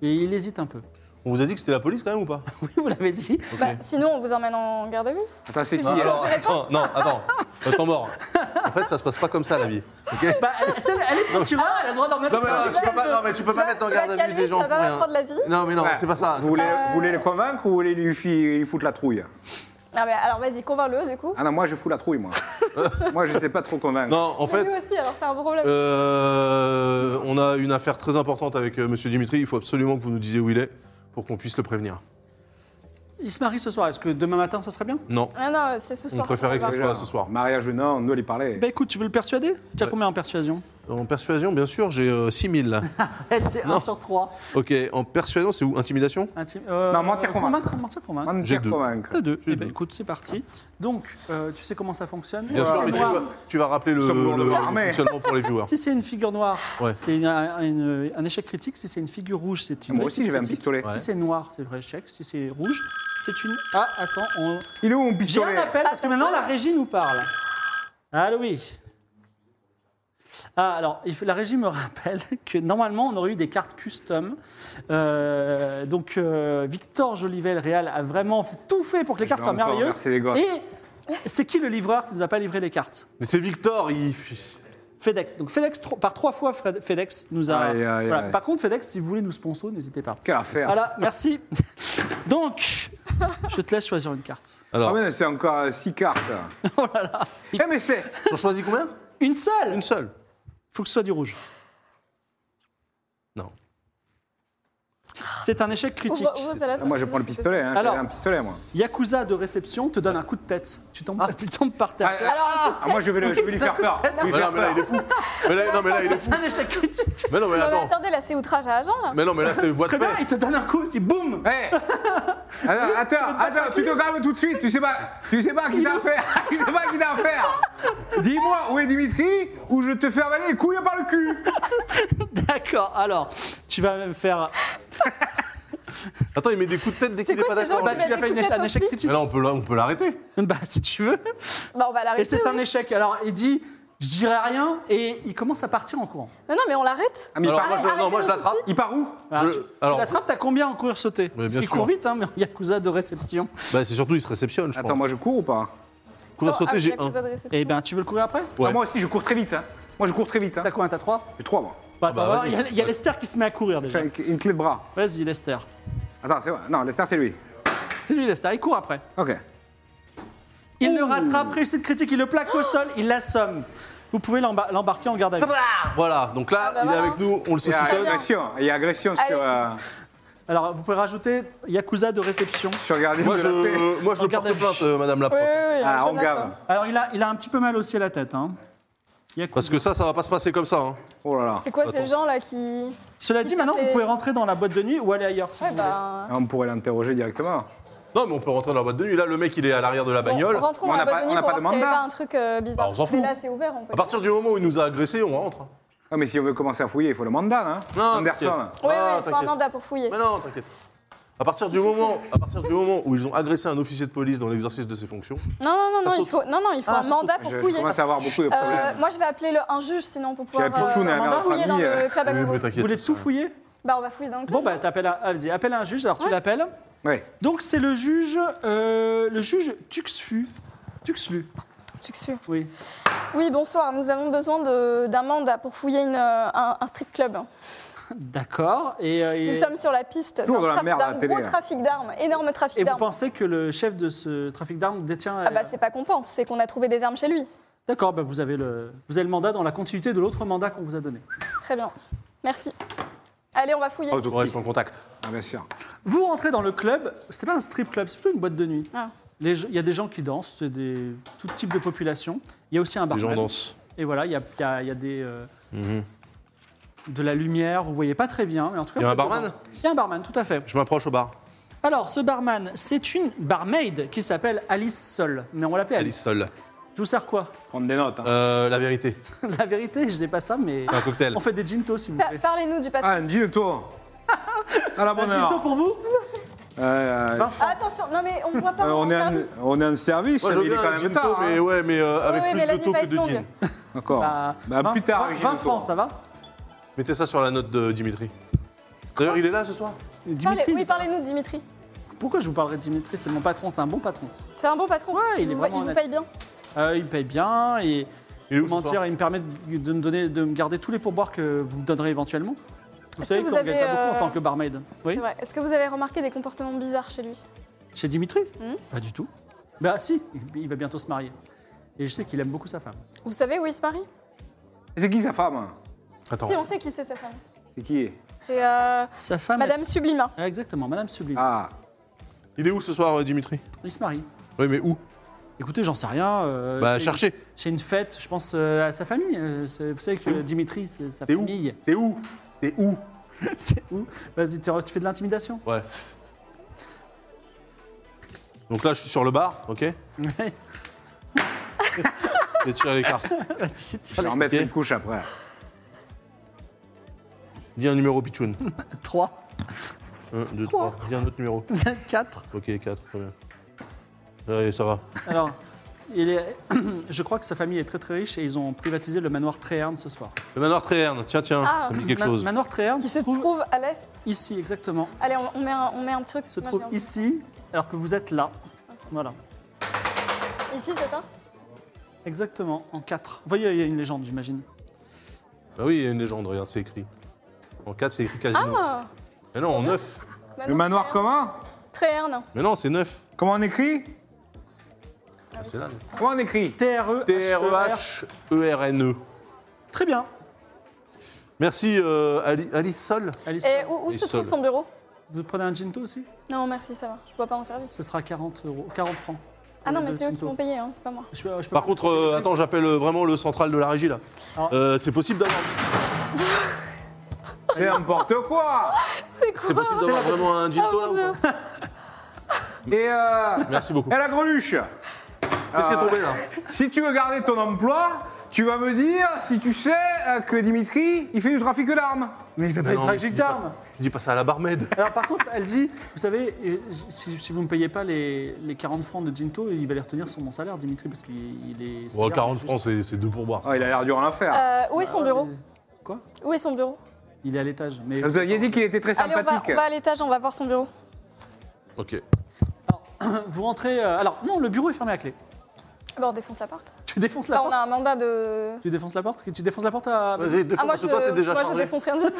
Speaker 1: Et il hésite un peu.
Speaker 2: On vous a dit que c'était la police quand même ou pas
Speaker 1: Oui, vous l'avez dit.
Speaker 4: Bah, Sinon, on vous emmène en garde à vue.
Speaker 3: Attends, c'est qui
Speaker 2: Non, alors,
Speaker 3: alors
Speaker 2: attends, non, attends. Euh, temps mort. En fait, ça se passe pas comme ça la vie. ok
Speaker 1: Bah, elle, celle- elle est procureure, elle a le droit d'en mettre
Speaker 2: non, mais non, Ah, tu peux pas, non, mais tu peux pas mettre en
Speaker 4: tu
Speaker 2: garde
Speaker 4: vas
Speaker 2: à vue
Speaker 4: calmer,
Speaker 2: des gens
Speaker 4: ça
Speaker 2: pour
Speaker 4: va
Speaker 2: rien.
Speaker 4: prendre la vie.
Speaker 2: Non, mais non,
Speaker 3: Ouais.
Speaker 2: c'est pas ça.
Speaker 3: Vous voulez,
Speaker 4: Euh.
Speaker 3: vous voulez le convaincre ou vous voulez lui, fi- lui foutre la trouille
Speaker 4: Non, mais alors, vas-y, convainc-le, du coup.
Speaker 3: Ah non, moi je fous la trouille, moi. moi je sais pas trop convaincre.
Speaker 2: Non, en
Speaker 4: Mais
Speaker 2: fait,
Speaker 4: Lui aussi, alors c'est un problème.
Speaker 2: euh, on a une affaire très importante avec euh, Monsieur Dimitri. Il faut absolument que vous nous disiez où il est pour qu'on puisse le prévenir.
Speaker 1: Il se marie ce soir. Est-ce que demain matin, ça serait bien
Speaker 2: Non,
Speaker 4: Ah non, c'est ce
Speaker 2: on
Speaker 4: soir.
Speaker 2: préférait que
Speaker 4: va.
Speaker 2: ce soit ce soir.
Speaker 3: Mariage ou non, on doit lui parler.
Speaker 1: Bah écoute, tu veux le persuader
Speaker 2: Euh.
Speaker 1: Tu as combien en persuasion
Speaker 2: En persuasion, bien sûr, j'ai 6000 là.
Speaker 1: C'est 1 sur 3.
Speaker 2: ok, en persuasion, c'est où Intimidation
Speaker 3: Non, mentir, convaincre.
Speaker 1: euh, Convaincre, mentir, convaincre.
Speaker 3: On
Speaker 2: j'ai
Speaker 3: doit
Speaker 2: deux.
Speaker 3: convaincre.
Speaker 1: T'as deux. Eh ben, écoute, c'est parti. Donc, euh, tu sais comment ça fonctionne
Speaker 2: Bien
Speaker 1: C'est
Speaker 3: Euh,
Speaker 2: sûr, mais tu
Speaker 1: noir.
Speaker 2: vas, tu vas rappeler le,
Speaker 3: Nous sommes
Speaker 2: le-
Speaker 3: lourdement
Speaker 2: le
Speaker 3: armés.
Speaker 2: fonctionnement pour les viewers.
Speaker 1: Si c'est une figure noire,
Speaker 2: Ouais.
Speaker 1: c'est une- un, une- un échec critique. Si c'est une figure rouge, c'est une.
Speaker 3: Moi aussi, j'avais un
Speaker 1: critique.
Speaker 3: pistolet.
Speaker 2: Ouais.
Speaker 1: Si c'est noir, c'est vrai échec. Si c'est rouge, c'est une. Ah, attends, on...
Speaker 3: Il est où mon
Speaker 1: j'ai
Speaker 3: pistolet
Speaker 1: un appel parce que
Speaker 4: Attention.
Speaker 1: maintenant la régie nous parle. Allô, oui. Ah, alors, il faut- la régie me rappelle que normalement, on aurait eu des cartes custom. Euh, donc, euh, Victor Jolivet, le Real, a vraiment fait- tout fait pour que les cartes soient merveilleuses.
Speaker 3: C'est les gosses.
Speaker 1: Et c'est qui le livreur qui nous a pas livré les cartes
Speaker 2: Mais c'est Victor, il.
Speaker 1: FedEx. Donc FedEx, tro- par trois fois, Fred- FedEx nous a.
Speaker 3: Aïe, aïe,
Speaker 1: voilà.
Speaker 3: aïe.
Speaker 1: Par contre, FedEx, si vous voulez nous sponsor, n'hésitez pas.
Speaker 3: Quelle affaire.
Speaker 1: Voilà, merci. Donc, je te laisse choisir une carte.
Speaker 3: Ah
Speaker 2: Alors,
Speaker 3: mais c'est encore 6 cartes. oh là là. Eh mais c'est.
Speaker 2: j'en choisis combien
Speaker 1: Une seule
Speaker 2: Une seule
Speaker 1: faut que ce soit du rouge.
Speaker 2: Non.
Speaker 1: C'est un échec critique.
Speaker 4: Ouvre- ouvre ça là,
Speaker 3: Ah, Moi je
Speaker 4: ça-
Speaker 3: prends le pistolet, hein.
Speaker 1: Alors.
Speaker 3: j'avais un pistolet moi.
Speaker 1: Yakuza de réception te donne un coup de tête. Tu tombes, tu tombes par terre.
Speaker 3: Ah, ah, moi je vais, le- je vais lui faire peur. Je vais lui
Speaker 2: Mais
Speaker 3: faire
Speaker 2: Ah non, mais là,
Speaker 3: peur.
Speaker 2: il est fou Mais là, non, mais là, il est fou
Speaker 1: C'est un échec critique.
Speaker 2: Mais non, mais
Speaker 4: Non, mais
Speaker 2: attends
Speaker 4: attendez, là, c'est outrage à agent, là.
Speaker 2: Mais non, mais là, c'est voie de
Speaker 1: Très bien,
Speaker 2: paix
Speaker 1: il te donne un coup aussi. Boum
Speaker 3: Hey Eh. attends, attends, attends, tu te calmes tout de suite, tu sais pas, tu sais pas à qui t'as affaire, tu sais pas à qui t'as affaire. Dis-moi où est Dimitri ou je te fais avaler les couilles par le cul.
Speaker 1: D'accord, alors, tu vas me faire.
Speaker 2: Attends, il met des coups de tête dès qu'il
Speaker 4: C'est
Speaker 2: n'est pas
Speaker 4: quoi ces gens
Speaker 2: d'accord.
Speaker 1: Bah,
Speaker 4: qui
Speaker 1: tu vas
Speaker 4: mettent
Speaker 1: faire une
Speaker 4: des coups de
Speaker 1: éche-
Speaker 4: tête
Speaker 1: un
Speaker 4: au
Speaker 1: échec
Speaker 4: flic
Speaker 1: critique.
Speaker 2: Mais là, on peut, on peut l'arrêter
Speaker 1: Bah, si tu veux.
Speaker 4: Bah, on va
Speaker 1: Et
Speaker 4: l'arrêter.
Speaker 1: c'est un
Speaker 4: oui.
Speaker 1: échec. Alors, il dit, je dirai rien, et il commence à partir en courant.
Speaker 4: Non, non, mais on l'arrête.
Speaker 3: Ah, mais il
Speaker 2: Alors,
Speaker 3: part,
Speaker 2: moi, je, non, moi, je l'attrape.
Speaker 3: il part où
Speaker 1: Alors,
Speaker 2: Je-
Speaker 1: tu
Speaker 2: alors-
Speaker 1: tu l'attrapes, t'as combien en courir sauter
Speaker 2: Mais
Speaker 1: Parce
Speaker 2: bien
Speaker 1: qu'il
Speaker 2: sûr.
Speaker 1: court vite, hein, mais en Yakuza de réception.
Speaker 2: Bah, c'est surtout, il se réceptionne, je
Speaker 3: Attends,
Speaker 2: pense.
Speaker 3: moi je cours ou pas
Speaker 2: Courir
Speaker 4: Oh,
Speaker 2: sauter,
Speaker 4: ah,
Speaker 2: j'ai
Speaker 4: Yakuza
Speaker 2: 1.
Speaker 4: de réception.
Speaker 1: Et ben, tu veux le courir après
Speaker 2: Ouais.
Speaker 3: Ah, Moi aussi je cours très vite. hein. Moi je cours très vite. hein.
Speaker 1: T'as combien T'as 3
Speaker 3: J'ai trois moi.
Speaker 1: Bah, attends,
Speaker 2: Ah bah,
Speaker 1: voir,
Speaker 2: vas-y.
Speaker 1: il y a- il y a Lester qui se met à courir déjà.
Speaker 3: J'ai une clé de bras.
Speaker 1: Vas-y, Lester.
Speaker 3: Attends, c'est vrai. Non, Lester c'est lui.
Speaker 1: C'est lui, Lester, il court après.
Speaker 3: Ok.
Speaker 1: Il le rattrape, réussite critique, il le plaque au sol, il l'assomme. Vous pouvez l'emba- l'embarquer en garde à vue.
Speaker 2: Voilà, donc là,
Speaker 4: Ah,
Speaker 2: il
Speaker 4: bah,
Speaker 2: est
Speaker 4: voilà.
Speaker 2: avec nous, on le
Speaker 3: Il y a
Speaker 2: saucissonne.
Speaker 3: agression, il y a agression sur, euh,
Speaker 1: Alors, vous pouvez rajouter Yakuza de réception.
Speaker 3: sur gardien
Speaker 2: Moi,
Speaker 3: de la paix.
Speaker 2: je, moi, je
Speaker 1: On
Speaker 2: le
Speaker 1: garde
Speaker 2: porte
Speaker 1: à vue.
Speaker 2: plainte, euh, madame la
Speaker 4: Oui, oui,
Speaker 2: prof.
Speaker 4: oui.
Speaker 3: Ah, on
Speaker 4: Jonathan.
Speaker 3: garde.
Speaker 1: Alors, il a, il a un petit peu mal aussi à la tête. Hein. Yakuza.
Speaker 2: Parce que ça, ça va pas se passer comme ça. hein.
Speaker 3: Oh là là.
Speaker 4: C'est quoi ces
Speaker 2: Attends.
Speaker 4: gens, là, qui.
Speaker 1: Cela dit,
Speaker 4: Il
Speaker 1: maintenant,
Speaker 4: fait-
Speaker 1: vous pouvez rentrer dans la boîte de nuit ou aller ailleurs si
Speaker 4: Ouais,
Speaker 1: vous voulez.
Speaker 4: bah.
Speaker 3: Ah, On pourrait l'interroger directement.
Speaker 2: Non, mais on peut rentrer dans la boîte de nuit. Là, le mec, il est à l'arrière de la
Speaker 4: Bon,
Speaker 2: bagnole.
Speaker 4: rentrons
Speaker 3: Mais on
Speaker 4: dans
Speaker 3: n'a
Speaker 4: la
Speaker 3: pas-
Speaker 4: boîte de
Speaker 3: on
Speaker 4: nuit
Speaker 3: n'a
Speaker 4: pour
Speaker 3: pas
Speaker 4: voir s'il
Speaker 3: de
Speaker 4: n'y avait
Speaker 3: mandat.
Speaker 4: pas un truc
Speaker 2: Bah,
Speaker 4: euh, bizarre.
Speaker 2: on s'en fout.
Speaker 4: Mais là, c'est ouvert, on peut.
Speaker 2: À partir du moment où il nous a agressés, on rentre. hein.
Speaker 3: Ah, mais si on veut commencer à fouiller, il faut le mandat, hein
Speaker 2: Non,
Speaker 3: Anderson.
Speaker 2: t'inquiète.
Speaker 4: Oui, oui,
Speaker 2: Ah,
Speaker 4: il faut un
Speaker 2: t'inquiète.
Speaker 4: mandat pour fouiller.
Speaker 2: Mais non, t'inquiète. À partir, du moment, à partir du moment où ils ont agressé un officier de police dans l'exercice de ses fonctions,
Speaker 4: Non, non, non,
Speaker 2: Ça
Speaker 4: non, il
Speaker 2: saute.
Speaker 4: faut, non, non, il faut
Speaker 2: Ah,
Speaker 4: un
Speaker 2: ça
Speaker 4: mandat
Speaker 3: Je,
Speaker 4: pour
Speaker 3: je
Speaker 4: fouiller.
Speaker 3: commence à avoir beaucoup de
Speaker 4: Euh,
Speaker 3: problèmes.
Speaker 4: moi, je vais appeler le, un juge, sinon, pour pouvoir
Speaker 3: appelé Choune, la
Speaker 4: euh,
Speaker 3: mère
Speaker 4: fouiller dans
Speaker 3: famille.
Speaker 4: le club à
Speaker 2: Oui,
Speaker 4: nouveau.
Speaker 2: mais
Speaker 1: Vous
Speaker 2: t'inquiète.
Speaker 1: voulez tout fouiller
Speaker 4: Bah, on va fouiller dans le club.
Speaker 1: Bon, bah, t'appelles un, ah, vas-y, appelle un juge. Alors, tu
Speaker 4: Ouais.
Speaker 1: l'appelles.
Speaker 3: Ouais.
Speaker 1: Donc, c'est le juge. euh, le juge Tuxfu. Tuxlu,
Speaker 4: Tu que suis.
Speaker 1: oui.
Speaker 4: Oui, bonsoir. Nous avons besoin de- d'un mandat pour fouiller une, euh, un, un strip club.
Speaker 1: D'accord. Et, euh, et-
Speaker 4: Nous sommes sur la piste d'un
Speaker 3: Toujours dans la
Speaker 4: trafic
Speaker 3: merde, la
Speaker 4: d'armes,
Speaker 3: télé,
Speaker 4: gros
Speaker 3: hein.
Speaker 4: trafic d'armes, énorme
Speaker 1: et
Speaker 4: trafic
Speaker 1: vous
Speaker 4: d'armes.
Speaker 1: pensez que le chef de ce trafic d'armes détient. euh,
Speaker 4: Ah bah c'est pas qu'on pense, c'est qu'on a trouvé des armes chez lui.
Speaker 1: D'accord, bah, vous, avez le, vous avez le mandat dans la continuité de l'autre mandat qu'on vous a donné.
Speaker 4: Très bien. Merci. Allez, on va fouiller.
Speaker 2: on reste en contact.
Speaker 3: Ah, bien sûr.
Speaker 1: Vous rentrez dans le club, c'était pas un strip club, c'est plutôt une boîte de nuit.
Speaker 4: Ah.
Speaker 1: Les gens- Il y a des gens qui dansent, c'est des, tout type de population. Il y a aussi un
Speaker 2: Les gens
Speaker 1: barman.
Speaker 2: dansent.
Speaker 1: Et voilà, il y a, il y a- il y a des. euh, de la lumière, vous voyez pas très bien, mais en tout cas.
Speaker 2: Il y a
Speaker 1: vous
Speaker 2: un
Speaker 1: êtes
Speaker 2: barman
Speaker 1: dedans. Il y a un barman, tout à fait.
Speaker 2: Je m'approche au bar.
Speaker 1: Alors, ce barman, c'est une barmaid qui s'appelle Alice Sol, mais on l'appelait Alice.
Speaker 2: Alice seule.
Speaker 1: Je vous sers quoi
Speaker 3: Prendre des notes. hein.
Speaker 2: Euh, la vérité,
Speaker 1: La vérité, je n'ai pas ça, mais
Speaker 2: c'est un cocktail.
Speaker 1: on fait des gintos, s'il vous
Speaker 4: Pa-
Speaker 1: plaît.
Speaker 4: Parlez-nous du patron.
Speaker 3: Ah, un gin toi. À la
Speaker 1: Un
Speaker 3: bonne
Speaker 1: ginto
Speaker 3: heure.
Speaker 1: pour vous
Speaker 3: Euh, euh,
Speaker 1: Vingt
Speaker 4: Ah, attention, non mais on voit pas.
Speaker 3: euh,
Speaker 4: mon
Speaker 3: on, est un,
Speaker 4: service.
Speaker 3: on est un service,
Speaker 2: Moi, je veux
Speaker 3: il est
Speaker 2: bien
Speaker 3: quand
Speaker 2: un
Speaker 3: même
Speaker 2: gin
Speaker 3: tard.
Speaker 2: tôt, mais
Speaker 3: hein.
Speaker 2: ouais, mais euh, avec
Speaker 4: oui,
Speaker 2: plus
Speaker 4: mais la
Speaker 2: de
Speaker 4: nuit
Speaker 2: taux
Speaker 4: va
Speaker 2: que
Speaker 4: être
Speaker 2: de gin.
Speaker 4: longue.
Speaker 3: D'accord.
Speaker 1: Bah,
Speaker 3: Bah, plus tard,
Speaker 1: 20,
Speaker 3: Gino, toi.
Speaker 1: francs, ça va
Speaker 2: Mettez ça sur la note de Dimitri. D'ailleurs, il est là ce soir
Speaker 1: Dimitri
Speaker 4: Parlez- oui, parlez-nous de Dimitri.
Speaker 1: Pourquoi je vous parlerai de Dimitri C'est mon patron, c'est un bon patron.
Speaker 4: C'est un bon patron.
Speaker 1: Ouais, il est
Speaker 4: vous-
Speaker 1: vraiment
Speaker 4: Il vous
Speaker 1: honnête.
Speaker 4: paye bien.
Speaker 1: Euh, il me paye bien et
Speaker 2: Il est où ce
Speaker 1: mentir,
Speaker 2: soir
Speaker 1: il me permet de, de me donner, de me garder tous les pourboires que vous me donnerez éventuellement. Vous
Speaker 4: Est-ce
Speaker 1: savez
Speaker 4: que vous
Speaker 1: qu'on gagne
Speaker 4: avez,
Speaker 1: pas beaucoup en
Speaker 4: euh,
Speaker 1: tant que barmaid. Oui.
Speaker 4: C'est vrai. Est-ce que vous avez remarqué des comportements bizarres chez lui
Speaker 1: Chez Dimitri
Speaker 4: Hmm
Speaker 1: Pas du tout. Bah si, il- il va bientôt se marier. Et je sais qu'il aime beaucoup sa femme.
Speaker 4: Vous savez où il se marie
Speaker 3: C'est qui sa femme hein
Speaker 2: Attends.
Speaker 4: Si, on sait qui c'est sa femme.
Speaker 3: C'est qui
Speaker 4: C'est euh,
Speaker 1: Sa femme.
Speaker 4: Madame hein,
Speaker 1: elle-
Speaker 4: Sublima.
Speaker 1: Ah, Exactement, Madame Sublime.
Speaker 3: Ah,
Speaker 2: Il est où ce soir, euh, Dimitri
Speaker 1: Il se marie.
Speaker 2: Oui, mais où
Speaker 1: Écoutez, j'en sais rien. euh,
Speaker 2: Bah,
Speaker 1: c'est-
Speaker 2: cherchez.
Speaker 1: C'est une fête, je pense, euh, à sa famille. Euh, c'est- Vous savez que Dimitri, c'est sa
Speaker 2: C'est où
Speaker 1: famille.
Speaker 2: C'est où C'est où
Speaker 1: C'est où Vas-y, tu tu fais de l'intimidation.
Speaker 2: Ouais. Donc là, je suis sur le bar, ok
Speaker 1: Ouais.
Speaker 2: Et tire les cartes.
Speaker 1: Vas-y, tire
Speaker 3: je vais
Speaker 1: les
Speaker 3: en mettre
Speaker 2: Ok.
Speaker 3: une couche après.
Speaker 2: Dis un numéro, Pichoun.
Speaker 1: 3,
Speaker 2: 1, 2,
Speaker 1: Trois.
Speaker 2: 3. Dis un autre numéro.
Speaker 1: 4.
Speaker 2: Ok, 4, très bien. Allez, ça va.
Speaker 1: Alors, il est... je crois que sa famille est très très riche et ils ont privatisé le manoir Tréherne ce soir.
Speaker 2: Le manoir Tréherne, tiens, tiens,
Speaker 4: Ah.
Speaker 2: ça me dit quelque
Speaker 1: Ma-
Speaker 2: chose.
Speaker 1: Manoir Tréherne
Speaker 4: Qui
Speaker 1: se trouve,
Speaker 4: à l'est.
Speaker 1: ici, exactement.
Speaker 4: Allez, on, on met un, on met un petit truc.
Speaker 1: Se
Speaker 4: Moi,
Speaker 1: trouve
Speaker 4: j'ai envie.
Speaker 1: ici, alors que vous êtes là. Voilà,
Speaker 4: Ici, c'est ça
Speaker 1: exactement, en 4. Vous voyez, il y a une légende, j'imagine.
Speaker 2: Ah oui, il y a une légende, regarde, c'est écrit. En 4, c'est écrit casino.
Speaker 4: Ah
Speaker 2: Mais non, en 9.
Speaker 3: Le manoir comment
Speaker 4: Tréherne.
Speaker 2: Mais non, c'est 9.
Speaker 3: Comment on écrit
Speaker 2: Ah, c'est là. le-
Speaker 3: Comment on écrit
Speaker 1: TRE.
Speaker 2: E T-R-E-H-E-R-N-E.
Speaker 1: E Très bien.
Speaker 2: E. Merci, euh, Ali- Alice Sol.
Speaker 1: Alice,
Speaker 4: Et où, où
Speaker 2: Et
Speaker 4: se trouve
Speaker 2: seul.
Speaker 4: son bureau
Speaker 1: vous prenez un ginto aussi
Speaker 4: Non, merci, ça va. Je bois pas en service.
Speaker 1: Ce sera 40 euros, 40 francs.
Speaker 4: Ah non, mais
Speaker 1: Deux
Speaker 4: c'est eux qui
Speaker 1: ginto.
Speaker 4: m'ont payé, hein, c'est pas moi.
Speaker 1: Je peux- je peux
Speaker 2: Par
Speaker 1: pas-
Speaker 2: contre, euh, attends, j'appelle euh, vraiment le central de la régie là.
Speaker 1: Ah.
Speaker 2: Euh, c'est possible d'avoir,
Speaker 3: C'est n'importe quoi
Speaker 4: C'est quoi
Speaker 2: c'est possible d'avoir vraiment un gin
Speaker 4: Ah,
Speaker 2: tonic, là
Speaker 4: mon
Speaker 2: ou pas
Speaker 4: Dieu.
Speaker 3: Et, euh,
Speaker 2: Merci beaucoup.
Speaker 3: et la greluche
Speaker 2: Qu'est-ce qui est
Speaker 3: Ah.
Speaker 2: tombé là
Speaker 3: Si tu veux garder ton emploi, tu vas me dire si tu sais euh, que Dimitri, il fait du trafic d'armes.
Speaker 1: Mais il fait pas
Speaker 2: Mais
Speaker 1: une
Speaker 2: Ah non, mais
Speaker 1: tragique
Speaker 2: tu dis pas
Speaker 1: d'armes
Speaker 2: ça. Tu dis pas ça à la barmaid.
Speaker 1: Alors par contre, elle dit, vous savez, euh, si, si vous ne me payez pas les, les 40 francs de Ginto, il va les retenir sur mon salaire, Dimitri, parce qu'il il est...
Speaker 2: Bon,
Speaker 1: salaire,
Speaker 2: 40
Speaker 1: juste-
Speaker 2: francs, c'est c'est deux pour boire.
Speaker 3: Ah, il a l'air dur à l'affaire.
Speaker 4: Euh, Où est son
Speaker 1: Ah,
Speaker 4: bureau
Speaker 1: mais- Quoi
Speaker 4: Où est son bureau
Speaker 1: Il est à l'étage. Mais...
Speaker 3: Vous aviez dit qu'il était très
Speaker 4: Euh, Allez, on va,
Speaker 3: sympathique.
Speaker 4: on va à l'étage, on va voir son bureau.
Speaker 2: Ok.
Speaker 1: Vous rentrez... euh, Alors non, le bureau est fermé à clé.
Speaker 4: Bah, on défonce la porte.
Speaker 1: Tu défonces la
Speaker 4: Bah, on
Speaker 1: porte
Speaker 4: a un mandat de.
Speaker 1: Tu défonces la porte Tu défonces la porte à...
Speaker 2: Vas-y, défonce,
Speaker 4: Ah, moi,
Speaker 2: parce
Speaker 4: je,
Speaker 2: que toi t'es déjà
Speaker 4: moi, je
Speaker 2: chargé.
Speaker 4: défonce rien du tout.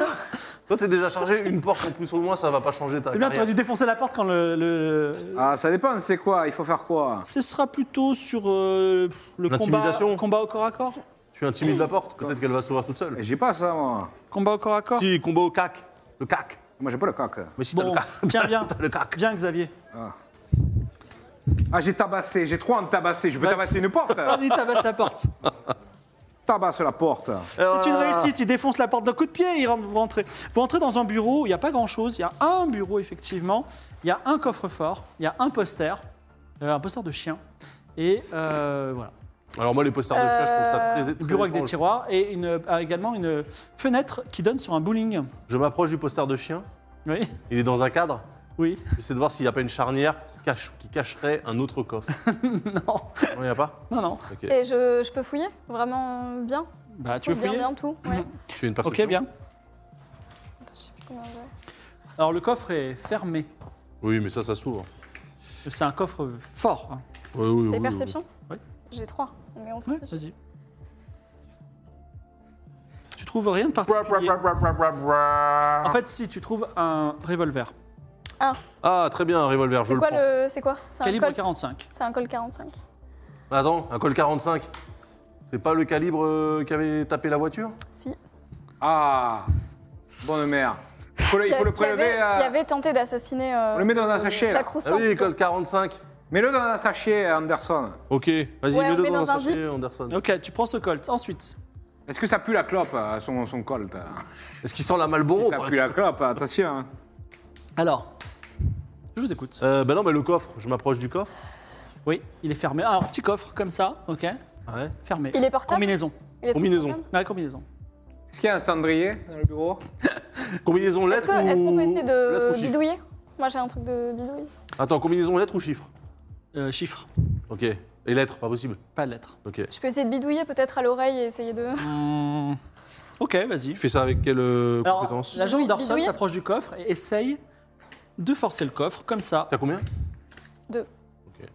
Speaker 2: Toi t'es déjà chargé, une porte en plus ou moins, ça va pas changer ta
Speaker 1: C'est bien, tu
Speaker 2: carrière.
Speaker 1: aurais dû défoncer la porte quand le... le-
Speaker 3: Ah, ça dépend, c'est quoi Il faut faire quoi
Speaker 1: Ce sera plutôt sur euh, le combat,
Speaker 2: L'intimidation.
Speaker 1: combat au corps à corps
Speaker 2: Tu intimides la porte, peut-être qu'elle va s'ouvrir toute seule.
Speaker 3: Eh, J'ai pas ça, moi.
Speaker 1: Combat au corps à corps
Speaker 2: Si, combat au cac. Le cac.
Speaker 3: Moi, j'ai pas le cac.
Speaker 2: Mais si t'as
Speaker 1: Bon,
Speaker 2: le cac.
Speaker 1: tiens, viens.
Speaker 2: Le cac.
Speaker 1: Viens, Xavier.
Speaker 3: Ah, j'ai tabassé, j'ai trop envie de tabasser. Je peux
Speaker 1: Vas-y.
Speaker 3: tabasser une porte
Speaker 1: Vas-y, tabasse la porte.
Speaker 3: Tabasse la porte.
Speaker 1: C'est une réussite, il défonce la porte d'un coup de pied, il rentre, vous rentrez. Vous rentrez dans un bureau, il n'y a pas grand-chose, il y a un bureau effectivement, il y a un coffre-fort, il y a un poster, euh, un poster de chien, et euh, voilà.
Speaker 2: Alors moi les posters de chien, je trouve ça très, très
Speaker 1: Euh, Le bureau avec des
Speaker 2: étrange.
Speaker 1: tiroirs et une, a également une fenêtre qui donne sur un bowling.
Speaker 2: Je m'approche du poster de chien,
Speaker 1: Oui,
Speaker 2: il est dans un cadre,
Speaker 1: oui,
Speaker 2: j'essaie de voir s'il n'y a pas une charnière qui, cache- qui cacherait un autre coffre.
Speaker 1: non,
Speaker 2: Non, il n'y a pas
Speaker 1: non, non.
Speaker 2: Ok.
Speaker 4: Et je, je peux fouiller Vraiment bien
Speaker 1: Bah, tu veux
Speaker 4: Bien,
Speaker 1: fouiller
Speaker 4: bien tout. Ouais. Attends,
Speaker 2: Tu fais une
Speaker 1: Ok,
Speaker 2: perception
Speaker 1: bien.
Speaker 4: je sais plus combien j'ai.
Speaker 1: Alors le coffre est fermé,
Speaker 2: Oui, mais ça, ça s'ouvre.
Speaker 1: c'est un coffre fort. hein.
Speaker 2: Oui, oui,
Speaker 4: C'est
Speaker 2: oui,
Speaker 4: perception
Speaker 1: oui.
Speaker 4: J'ai 3. Mais on se
Speaker 1: Ouais,
Speaker 4: fiche.
Speaker 1: vas-y. Tu trouves rien de
Speaker 2: oui.
Speaker 1: particulier. En fait, si, tu trouves un revolver.
Speaker 2: Ah, très bien, un revolver, je
Speaker 4: C'est
Speaker 2: le
Speaker 4: quoi
Speaker 2: prends.
Speaker 4: le. C'est quoi C'est un
Speaker 1: Calibre
Speaker 4: Colt
Speaker 1: 45.
Speaker 4: C'est un Colt 45.
Speaker 2: Attends, un Col 45. C'est pas le calibre euh, qu'avait tapé la voiture
Speaker 4: Si.
Speaker 3: Ah, bonne mère. Il faut le, il faut le
Speaker 4: Qui avait-
Speaker 3: prélever. euh,
Speaker 4: Qui avait tenté d'assassiner. euh,
Speaker 3: On le met dans un
Speaker 4: euh,
Speaker 3: sachet, là.
Speaker 4: Jacques
Speaker 2: Ah
Speaker 4: Roustan.
Speaker 2: oui, Col 45.
Speaker 3: Mets-le dans un sachet, Anderson.
Speaker 2: Ok, vas-y,
Speaker 4: Ouais, on
Speaker 2: mets-le
Speaker 4: met
Speaker 2: dans,
Speaker 4: dans
Speaker 2: un
Speaker 4: un
Speaker 2: sachet,
Speaker 3: Ah
Speaker 4: zip.
Speaker 2: Anderson.
Speaker 1: Ok, tu prends ce Colt. Ensuite,
Speaker 3: Est-ce que ça pue la clope, euh, son, son colt euh
Speaker 2: Est-ce qu'il sent la Malboro
Speaker 3: Si Ça pue la clope, attention. hein.
Speaker 1: Alors, je vous écoute.
Speaker 2: euh, Bah non, mais le coffre, je m'approche du coffre.
Speaker 1: Oui, il est fermé. Alors, petit coffre comme ça, ok
Speaker 2: Ah Ouais.
Speaker 1: Fermé.
Speaker 4: Il est portable
Speaker 1: Combinaison.
Speaker 4: Il est
Speaker 2: Combinaison.
Speaker 1: Ouais, combinaison.
Speaker 3: Est-ce qu'il y a un cendrier dans le bureau
Speaker 2: Combinaison
Speaker 4: Est-ce
Speaker 2: lettre
Speaker 4: que- est-ce qu'on
Speaker 2: ou...
Speaker 4: peut essayer
Speaker 2: lettre ou
Speaker 4: de
Speaker 2: chiffre
Speaker 4: bidouiller Moi j'ai un truc de bidouille.
Speaker 2: Attends, combinaison lettre ou chiffre
Speaker 1: Euh, chiffre,
Speaker 2: Ok. Et lettre, pas possible.
Speaker 1: pas de lettre.
Speaker 2: Ok.
Speaker 4: Je peux essayer de bidouiller peut-être à l'oreille et essayer
Speaker 2: Bah,
Speaker 4: de.
Speaker 1: Hum, Ok, vas-y.
Speaker 2: Tu fais ça avec quelle euh,
Speaker 1: Alors,
Speaker 2: compétence
Speaker 1: l'agent Dorson
Speaker 4: Bidouiller
Speaker 1: s'approche du coffre et essaye de forcer le coffre, comme ça.
Speaker 2: T'as combien
Speaker 4: Deux.
Speaker 2: Ok.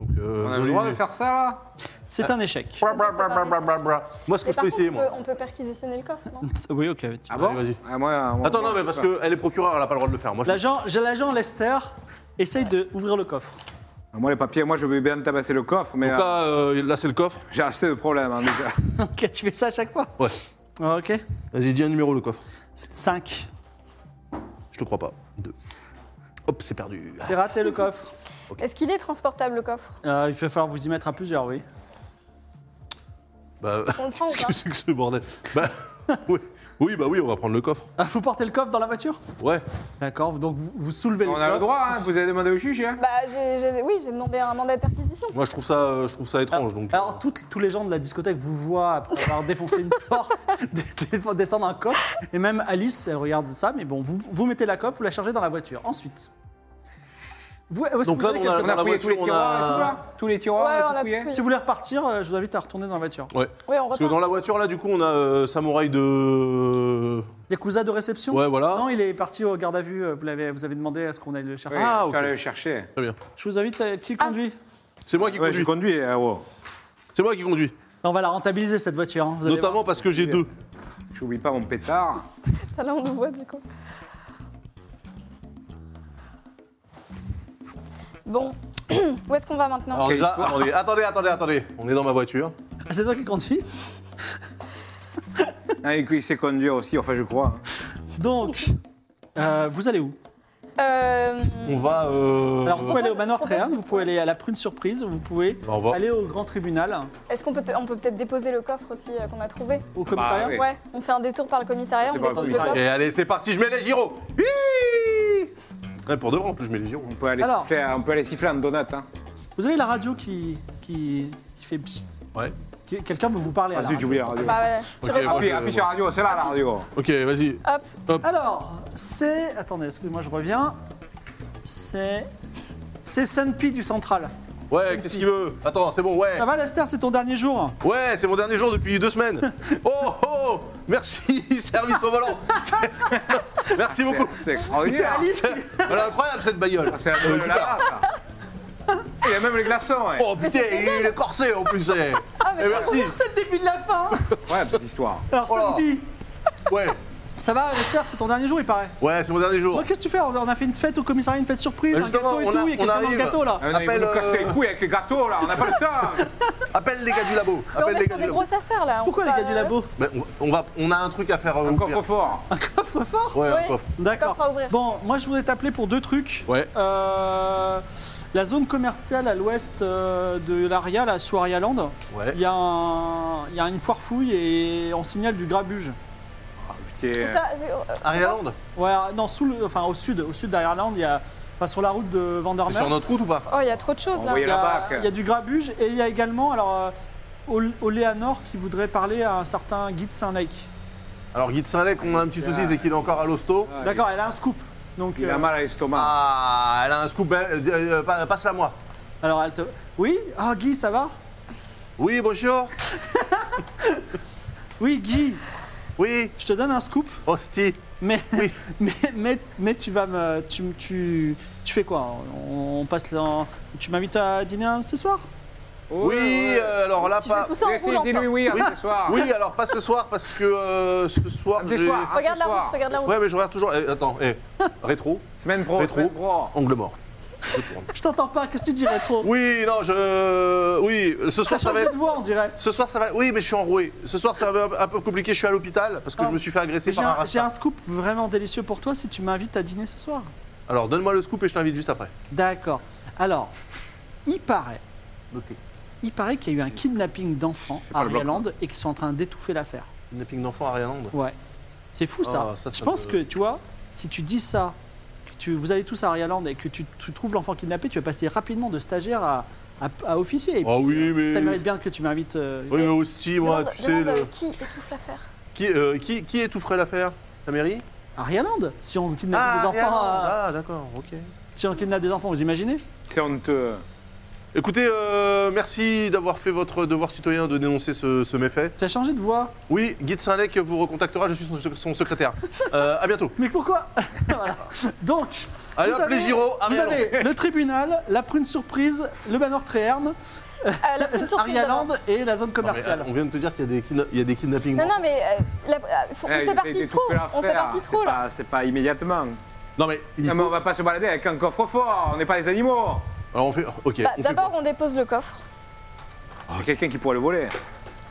Speaker 2: Donc, euh,
Speaker 3: On a le
Speaker 2: joli-
Speaker 3: droit de faire ça, là
Speaker 1: C'est un échec.
Speaker 2: Bra, bra, bra, bra, bra, bra, bra. Moi, ce que
Speaker 4: Mais
Speaker 2: bah, je peux
Speaker 4: par contre, euh,
Speaker 2: essayer,
Speaker 4: on
Speaker 2: moi.
Speaker 4: peut- On peut perquisitionner le coffre, non
Speaker 1: Oui, ok. tu-
Speaker 3: Ah bon
Speaker 2: Vas-y, vas-y.
Speaker 3: Ah, moi, on-
Speaker 2: Attends, non, mais parce qu'elle est procureure, elle a pas le droit de le faire. Moi, je...
Speaker 1: L'agent l'agent Lester essaye d'ouvrir le coffre.
Speaker 3: Ah, Moi, les papiers, moi, je veux bien tabasser le coffre, mais
Speaker 2: Donc
Speaker 3: euh,
Speaker 2: là, euh, là c'est le coffre.
Speaker 3: j'ai assez de problèmes, hein, déjà.
Speaker 1: ok, tu fais ça à chaque fois
Speaker 2: Ouais.
Speaker 1: Ah, Ok.
Speaker 2: Vas-y, dis un numéro, le coffre.
Speaker 1: 5.
Speaker 2: Je te crois pas. Deux. Hop, c'est perdu.
Speaker 1: C'est raté le coffre.
Speaker 4: Est-ce qu'il est transportable le coffre
Speaker 1: Euh, il va falloir vous y mettre à plusieurs, oui.
Speaker 2: Bah,
Speaker 4: On le prend ou
Speaker 2: qu'est-ce
Speaker 4: pas
Speaker 2: que c'est que ce bordel Bah, oui. oui, bah oui, on va prendre le coffre.
Speaker 1: Ah, vous portez le coffre dans la voiture
Speaker 2: Ouais.
Speaker 1: D'accord, donc vous, vous soulevez le
Speaker 3: On
Speaker 1: coffre.
Speaker 3: a le droit, hein, vous avez demandé au juge, hein
Speaker 4: Bah j'ai- j'ai- oui, j'ai demandé un mandat de perquisition.
Speaker 2: Moi, je trouve ça, euh, je trouve ça étrange.
Speaker 1: Alors,
Speaker 2: Donc,
Speaker 1: alors,
Speaker 2: euh,
Speaker 1: toutes- tous les gens de la discothèque vous voient après avoir défoncé une porte, dé- dé- descendre un coffre, et même Alice, elle regarde ça, mais bon, vous, vous mettez la coffre, vous la chargez dans la voiture. Ensuite, vous, est-ce que
Speaker 2: Donc
Speaker 1: vous
Speaker 2: là,
Speaker 1: avez
Speaker 2: on
Speaker 1: quelque-
Speaker 2: a-
Speaker 3: On a
Speaker 2: Dans la
Speaker 3: fouillé tous les
Speaker 2: voiture, on
Speaker 3: tiroirs et
Speaker 2: a-
Speaker 3: tout, là Tous les tiroirs,
Speaker 4: Ouais,
Speaker 3: on a tout fouillé
Speaker 4: fouillé.
Speaker 1: si vous voulez repartir, euh, je vous invite à retourner dans la voiture.
Speaker 2: euh, Ouais.
Speaker 4: Oui, on
Speaker 2: Parce que
Speaker 4: repart.
Speaker 2: dans la voiture, là, du coup, on a euh, Samouraï de.
Speaker 1: Yakuza de réception
Speaker 2: Ouais, voilà.
Speaker 1: Non, il est parti au garde à vue, euh, vous, l'avez- vous avez demandé à ce qu'on aille le chercher.
Speaker 3: Oui,
Speaker 2: Ah,
Speaker 3: je
Speaker 2: ok.
Speaker 3: suis allé le chercher.
Speaker 2: Très bien.
Speaker 1: Je vous invite à qui conduit
Speaker 2: C'est moi qui
Speaker 3: Ouais, eh,
Speaker 2: conduis.
Speaker 3: conduis, héros.
Speaker 2: C'est moi qui conduis.
Speaker 1: Bah, On va la rentabiliser cette voiture. hein, vous allez voir.
Speaker 2: Notamment parce que j'ai deux.
Speaker 3: J'oublie pas mon pétard.
Speaker 4: Ça, là, on nous voit du coup. Bon, où est-ce qu'on va maintenant
Speaker 2: Alors
Speaker 3: Quelle
Speaker 2: déjà,
Speaker 3: histoire.
Speaker 2: attendez, attendez, attendez, attendez. On est dans ma voiture.
Speaker 1: Ah, C'est toi qui conduis
Speaker 3: Ah, et qu'il sait conduire aussi, enfin, je crois. hein.
Speaker 1: Donc, euh, vous allez où
Speaker 4: Euh,
Speaker 2: On va. euh,
Speaker 1: Alors, vous pouvez aller au
Speaker 4: propose-
Speaker 1: manoir
Speaker 4: propose-
Speaker 1: Tréherne, vous pouvez aller à la prune surprise, vous pouvez
Speaker 2: Bah, on va-
Speaker 1: aller au grand tribunal,
Speaker 4: Est-ce qu'on peut, te- on peut peut-être déposer le coffre aussi euh, qu'on a trouvé
Speaker 1: au commissariat.
Speaker 3: Bah, oui.
Speaker 4: Ouais, on fait un détour par le commissariat,
Speaker 3: C'est
Speaker 4: on
Speaker 3: pas
Speaker 4: dépose
Speaker 3: cool.
Speaker 4: le coffre.
Speaker 2: Et allez, c'est parti, je mets les gyros. Hiiii Ouais, pour de vrai, en plus, je mets les gyros.
Speaker 3: On peut aller,
Speaker 1: Alors.
Speaker 3: siffler, on peut aller siffler en donut, hein.
Speaker 1: Vous avez la radio qui, qui, qui fait psst.
Speaker 2: Ouais.
Speaker 1: Qui- Quelqu'un veut vous parler à
Speaker 3: Ah,
Speaker 1: la
Speaker 3: zut, j'ai
Speaker 1: radio.
Speaker 3: oublié la radio. Ah,
Speaker 4: Bah ouais.
Speaker 2: Ok, moi,
Speaker 3: Appuie,
Speaker 2: je-
Speaker 3: appuie sur la radio, c'est là la radio.
Speaker 2: Ok, vas-y.
Speaker 4: Hop,
Speaker 1: Alors, c'est. Attendez, excusez-moi, je reviens. C'est. C'est Sunpi du Central.
Speaker 2: Ouais, qu'est-ce qu'il veut Attends, c'est bon, ouais.
Speaker 1: Ça va, Lester C'est ton dernier jour
Speaker 2: Ouais, c'est mon dernier jour depuis deux semaines. Oh oh Merci, service au volant. C'est- Merci beaucoup.
Speaker 3: C'est- C'est extraordinaire.
Speaker 1: Alice
Speaker 2: Elle est incroyable cette bagnole.
Speaker 3: Ah, C'est la
Speaker 2: Euh,
Speaker 3: nouvelle
Speaker 2: super.
Speaker 3: là Il y a même les glaçons, ouais.
Speaker 2: Oh putain, il est corsé en plus. eh.
Speaker 4: Ah, mais
Speaker 2: Eh,
Speaker 4: c'est
Speaker 2: merci.
Speaker 1: C'est le début de la fin
Speaker 3: Ouais, petite histoire.
Speaker 1: Alors,
Speaker 2: Oh là.
Speaker 1: Sunpi
Speaker 2: Ouais,
Speaker 1: Ça va, Lester C'est ton dernier jour, il paraît.
Speaker 2: ouais, c'est mon dernier jour.
Speaker 1: Bon, qu'est-ce que tu fais On a fait une fête au commissariat, une fête surprise,
Speaker 2: Bah,
Speaker 1: un
Speaker 2: justement,
Speaker 1: gâteau et
Speaker 2: on
Speaker 1: tout, il y
Speaker 2: a-
Speaker 1: a
Speaker 2: on
Speaker 1: quelqu'un dans le
Speaker 2: arrive.
Speaker 1: gâteau là.
Speaker 3: Ah, non, ils vont
Speaker 2: Appelle,
Speaker 3: nous casser
Speaker 2: euh,
Speaker 3: les couilles avec les gâteaux, là, on n'a pas le temps.
Speaker 2: Appelle les gars du labo.
Speaker 4: Mais on
Speaker 2: Appelle
Speaker 4: est
Speaker 2: les
Speaker 4: sur
Speaker 2: gars
Speaker 4: des
Speaker 2: du labo.
Speaker 4: grosses affaires là. on
Speaker 1: Pourquoi les
Speaker 4: peut
Speaker 1: gars
Speaker 4: pas,
Speaker 1: du
Speaker 4: euh,
Speaker 1: labo
Speaker 2: Ben, on, on va, on a un truc à faire euh,
Speaker 3: Un
Speaker 2: ouvrir.
Speaker 3: coffre-fort.
Speaker 1: Coffre-fort
Speaker 2: Ouais, un
Speaker 4: Ouais.
Speaker 2: coffre.
Speaker 1: D'accord.
Speaker 4: Coffre à ouvrir.
Speaker 1: Bon, moi je voudrais t'appeler pour deux trucs.
Speaker 2: Ouais.
Speaker 1: Euh, la zone commerciale à l'ouest euh, de l'Aria, la Soaria Land,
Speaker 2: Ouais.
Speaker 1: il y, a un- il y a une foire fouille et on signale du grabuge.
Speaker 3: Putain.
Speaker 4: Ça, c'est- euh,
Speaker 2: Arialand
Speaker 1: Ouais, non, sous le, enfin, au sud, au sud d'Arialand, il y a, enfin, sur la route de
Speaker 2: C'est
Speaker 1: Vandermeer,
Speaker 2: sur notre route ou pas
Speaker 4: Oh, il y a trop de choses là.
Speaker 3: Envoyez
Speaker 1: il y,
Speaker 3: la
Speaker 1: a,
Speaker 3: bac.
Speaker 1: il y a du grabuge et il y a également, alors, euh, Ol- Oléanor qui voudrait parler à un certain guide Saint-Lake.
Speaker 2: Alors Guy de Saint-Lec, on a un petit souci, c'est qu'il est encore à l'hosto.
Speaker 3: Ah,
Speaker 1: D'accord, elle a un scoop. Donc,
Speaker 3: Il il a
Speaker 1: euh,
Speaker 3: mal à l'estomac.
Speaker 2: Ah, elle a un scoop, ben, euh, euh, passe à moi.
Speaker 1: alors elle te. Oui Ah, Guy, ça va
Speaker 2: Oui, bonjour.
Speaker 1: Oui, Guy,
Speaker 2: Oui,
Speaker 1: je te donne un scoop.
Speaker 2: hostie.
Speaker 1: Mais,
Speaker 2: Oui.
Speaker 1: mais, mais, mais tu vas me. Tu, me- tu, tu fais quoi on, on passe dans. Tu m'invites à dîner hein, ce soir
Speaker 3: Oh,
Speaker 2: Oui, euh, alors là,
Speaker 4: Tu fais
Speaker 2: pas.
Speaker 4: tout ça en roulant.
Speaker 3: dis-lui
Speaker 4: quoi.
Speaker 3: oui, hein, ce soir.
Speaker 2: Oui, alors pas ce soir parce que euh, ce soir.
Speaker 3: Ce
Speaker 2: j'ai-
Speaker 3: soir.
Speaker 4: Regarde
Speaker 3: Ah,
Speaker 4: la
Speaker 3: ce soir.
Speaker 4: route, regarde la route.
Speaker 2: Ouais, mais je regarde toujours. eh, attends, eh. rétro,
Speaker 3: Semaine pro,
Speaker 2: Rétro.
Speaker 3: semaine pro.
Speaker 2: angle mort. Je tourne.
Speaker 1: Je t'entends pas, qu'est-ce que tu dis, rétro
Speaker 2: Oui, non, je. Oui, ce
Speaker 1: T'as
Speaker 2: soir ça va
Speaker 1: changé
Speaker 2: être.
Speaker 1: de voix, on dirait.
Speaker 2: Ce soir ça va. Oui, mais je suis enroué. Ce soir ça va être un peu compliqué. Je suis à l'hôpital parce que
Speaker 1: Ah.
Speaker 2: je me suis fait agresser
Speaker 1: J'ai
Speaker 2: par un
Speaker 1: un, j'ai
Speaker 2: rasta.
Speaker 1: un scoop vraiment délicieux pour toi si tu m'invites à dîner ce soir.
Speaker 2: Alors donne-moi le scoop et je t'invite juste après.
Speaker 1: D'accord. Alors, il paraît
Speaker 2: Noté.
Speaker 1: il paraît qu'il y a eu un kidnapping d'enfants
Speaker 3: C'est
Speaker 1: à
Speaker 3: pas le bloc,
Speaker 1: Rialand et qu'ils sont en train d'étouffer l'affaire.
Speaker 2: Napping d'enfant à Arialand.
Speaker 1: Ouais. C'est fou ça.
Speaker 2: Ah, ça, ça
Speaker 1: Je pense
Speaker 2: peut-
Speaker 1: que, tu vois, si tu dis ça, que tu, vous allez tous à Arialand et que tu, tu trouves l'enfant kidnappé, tu vas passer rapidement de stagiaire à, à, à officier. Et
Speaker 2: Ah oui, mais.
Speaker 1: Ça mérite bien que tu m'invites. euh,
Speaker 2: Oui, mais aussi, moi,
Speaker 4: Demande-
Speaker 2: tu sais,
Speaker 4: demande,
Speaker 2: le-
Speaker 4: euh, qui étouffe l'affaire
Speaker 2: qui, euh, qui, qui étoufferait l'affaire La mairie
Speaker 1: à Arialand Si on kidnappe des enfants, euh. à-
Speaker 2: Ah, d'accord, ok.
Speaker 1: si on kidnappe des enfants, vous imaginez
Speaker 3: C'est honteux.
Speaker 2: Écoutez, euh, merci d'avoir fait votre devoir citoyen de dénoncer ce, ce méfait.
Speaker 1: Tu as changé de voix.
Speaker 2: Oui, Guy de Saint-Lec vous recontactera, je suis son, son secrétaire. Euh, à bientôt.
Speaker 1: Mais pourquoi Voilà. Donc,
Speaker 2: Allez,
Speaker 1: Vous
Speaker 2: hop, les
Speaker 1: avez-
Speaker 2: Giro, à
Speaker 1: vous
Speaker 2: Arialand.
Speaker 1: avez le tribunal, la prune surprise, le manoir Tréherne,
Speaker 4: Euh, la prune surprise, d'abord.
Speaker 1: Arialand et la zone
Speaker 2: Non, mais,
Speaker 1: commerciale.
Speaker 2: euh, on vient de te dire qu'il y a des, kidna- il y a des kidnappings.
Speaker 4: Non, non, mais euh, la- euh, faut- on
Speaker 3: Eh, ils
Speaker 4: s'éparpille
Speaker 3: étouffent
Speaker 4: trop. On
Speaker 3: l'affaire,
Speaker 4: s'éparpille
Speaker 3: c'est
Speaker 4: trop là.
Speaker 3: pas- C'est pas immédiatement.
Speaker 2: Non, mais, il
Speaker 1: Ah,
Speaker 3: Non, mais
Speaker 2: faut-
Speaker 3: on va pas se balader avec un coffre-fort, on n'est pas les animaux.
Speaker 2: Alors on fait. Ok.
Speaker 4: Bah,
Speaker 2: on fait
Speaker 4: D'abord,
Speaker 2: quoi
Speaker 4: on dépose le coffre.
Speaker 3: Il y a quelqu'un qui pourrait le voler.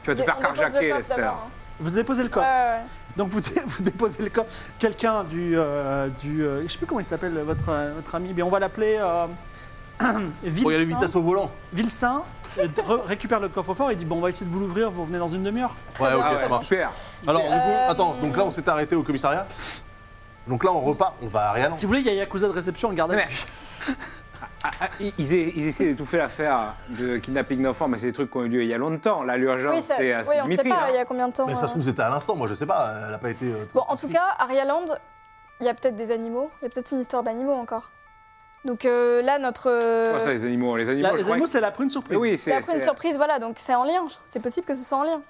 Speaker 3: Tu vas te
Speaker 4: Dé-
Speaker 3: faire
Speaker 4: on dépose le
Speaker 3: carjacker,
Speaker 4: coffre
Speaker 3: Lester.
Speaker 4: d'abord, hein.
Speaker 1: Vous déposez le corps.
Speaker 4: Ouais, ouais.
Speaker 1: Donc vous, dé- vous déposez le corps. Quelqu'un du. euh, du euh, je sais plus comment il s'appelle, votre, euh, votre ami, mais on va l'appeler. Euh,
Speaker 2: Oh, il y a les
Speaker 1: Vilsain.
Speaker 2: vitesses au volant.
Speaker 1: Vilsain, euh, re- récupère le coffre-fort et dit Bon, on va essayer de vous l'ouvrir, vous revenez dans une demi-heure.
Speaker 4: Très
Speaker 2: Ouais,
Speaker 4: bien,
Speaker 2: ok,
Speaker 4: très
Speaker 2: ça
Speaker 4: bien.
Speaker 2: marche.
Speaker 3: Ah Super.
Speaker 2: Alors, du coup,
Speaker 4: Euh,
Speaker 2: attends, donc là, on s'est arrêté au commissariat. Donc là, on repart, on va à Ariane.
Speaker 1: Si vous voulez, il y a Yakuza de réception, regardez.
Speaker 3: Mais- Ah, ah, ils, ils essaient d'étouffer l'affaire de kidnapping d'enfants, mais c'est des trucs qui ont eu lieu il y a longtemps. Là,
Speaker 4: Oui,
Speaker 3: l'urgence,
Speaker 4: ça-
Speaker 3: c'est
Speaker 4: oui,
Speaker 3: c'est
Speaker 4: on ne sait
Speaker 3: Dimitri.
Speaker 4: pas
Speaker 3: hein.
Speaker 4: il y a combien de temps.
Speaker 2: Mais ça
Speaker 4: euh.
Speaker 2: se trouve, c'était à l'instant, moi, je sais pas, elle a pas été. euh,
Speaker 4: Bon, en tout
Speaker 2: transcrite.
Speaker 4: cas, Arialand, il y a peut-être des animaux. Il y a peut-être une histoire d'animaux encore. Donc euh, là, notre. euh,
Speaker 3: Oh, ça, les animaux, les animaux.
Speaker 1: La-
Speaker 3: je
Speaker 1: les
Speaker 3: crois
Speaker 1: animaux,
Speaker 3: que-
Speaker 1: c'est la prune surprise.
Speaker 3: Oui,
Speaker 4: et
Speaker 3: c'est.
Speaker 4: après une
Speaker 3: c'est-
Speaker 4: surprise, voilà, donc c'est en lien. C'est possible que ce soit en lien.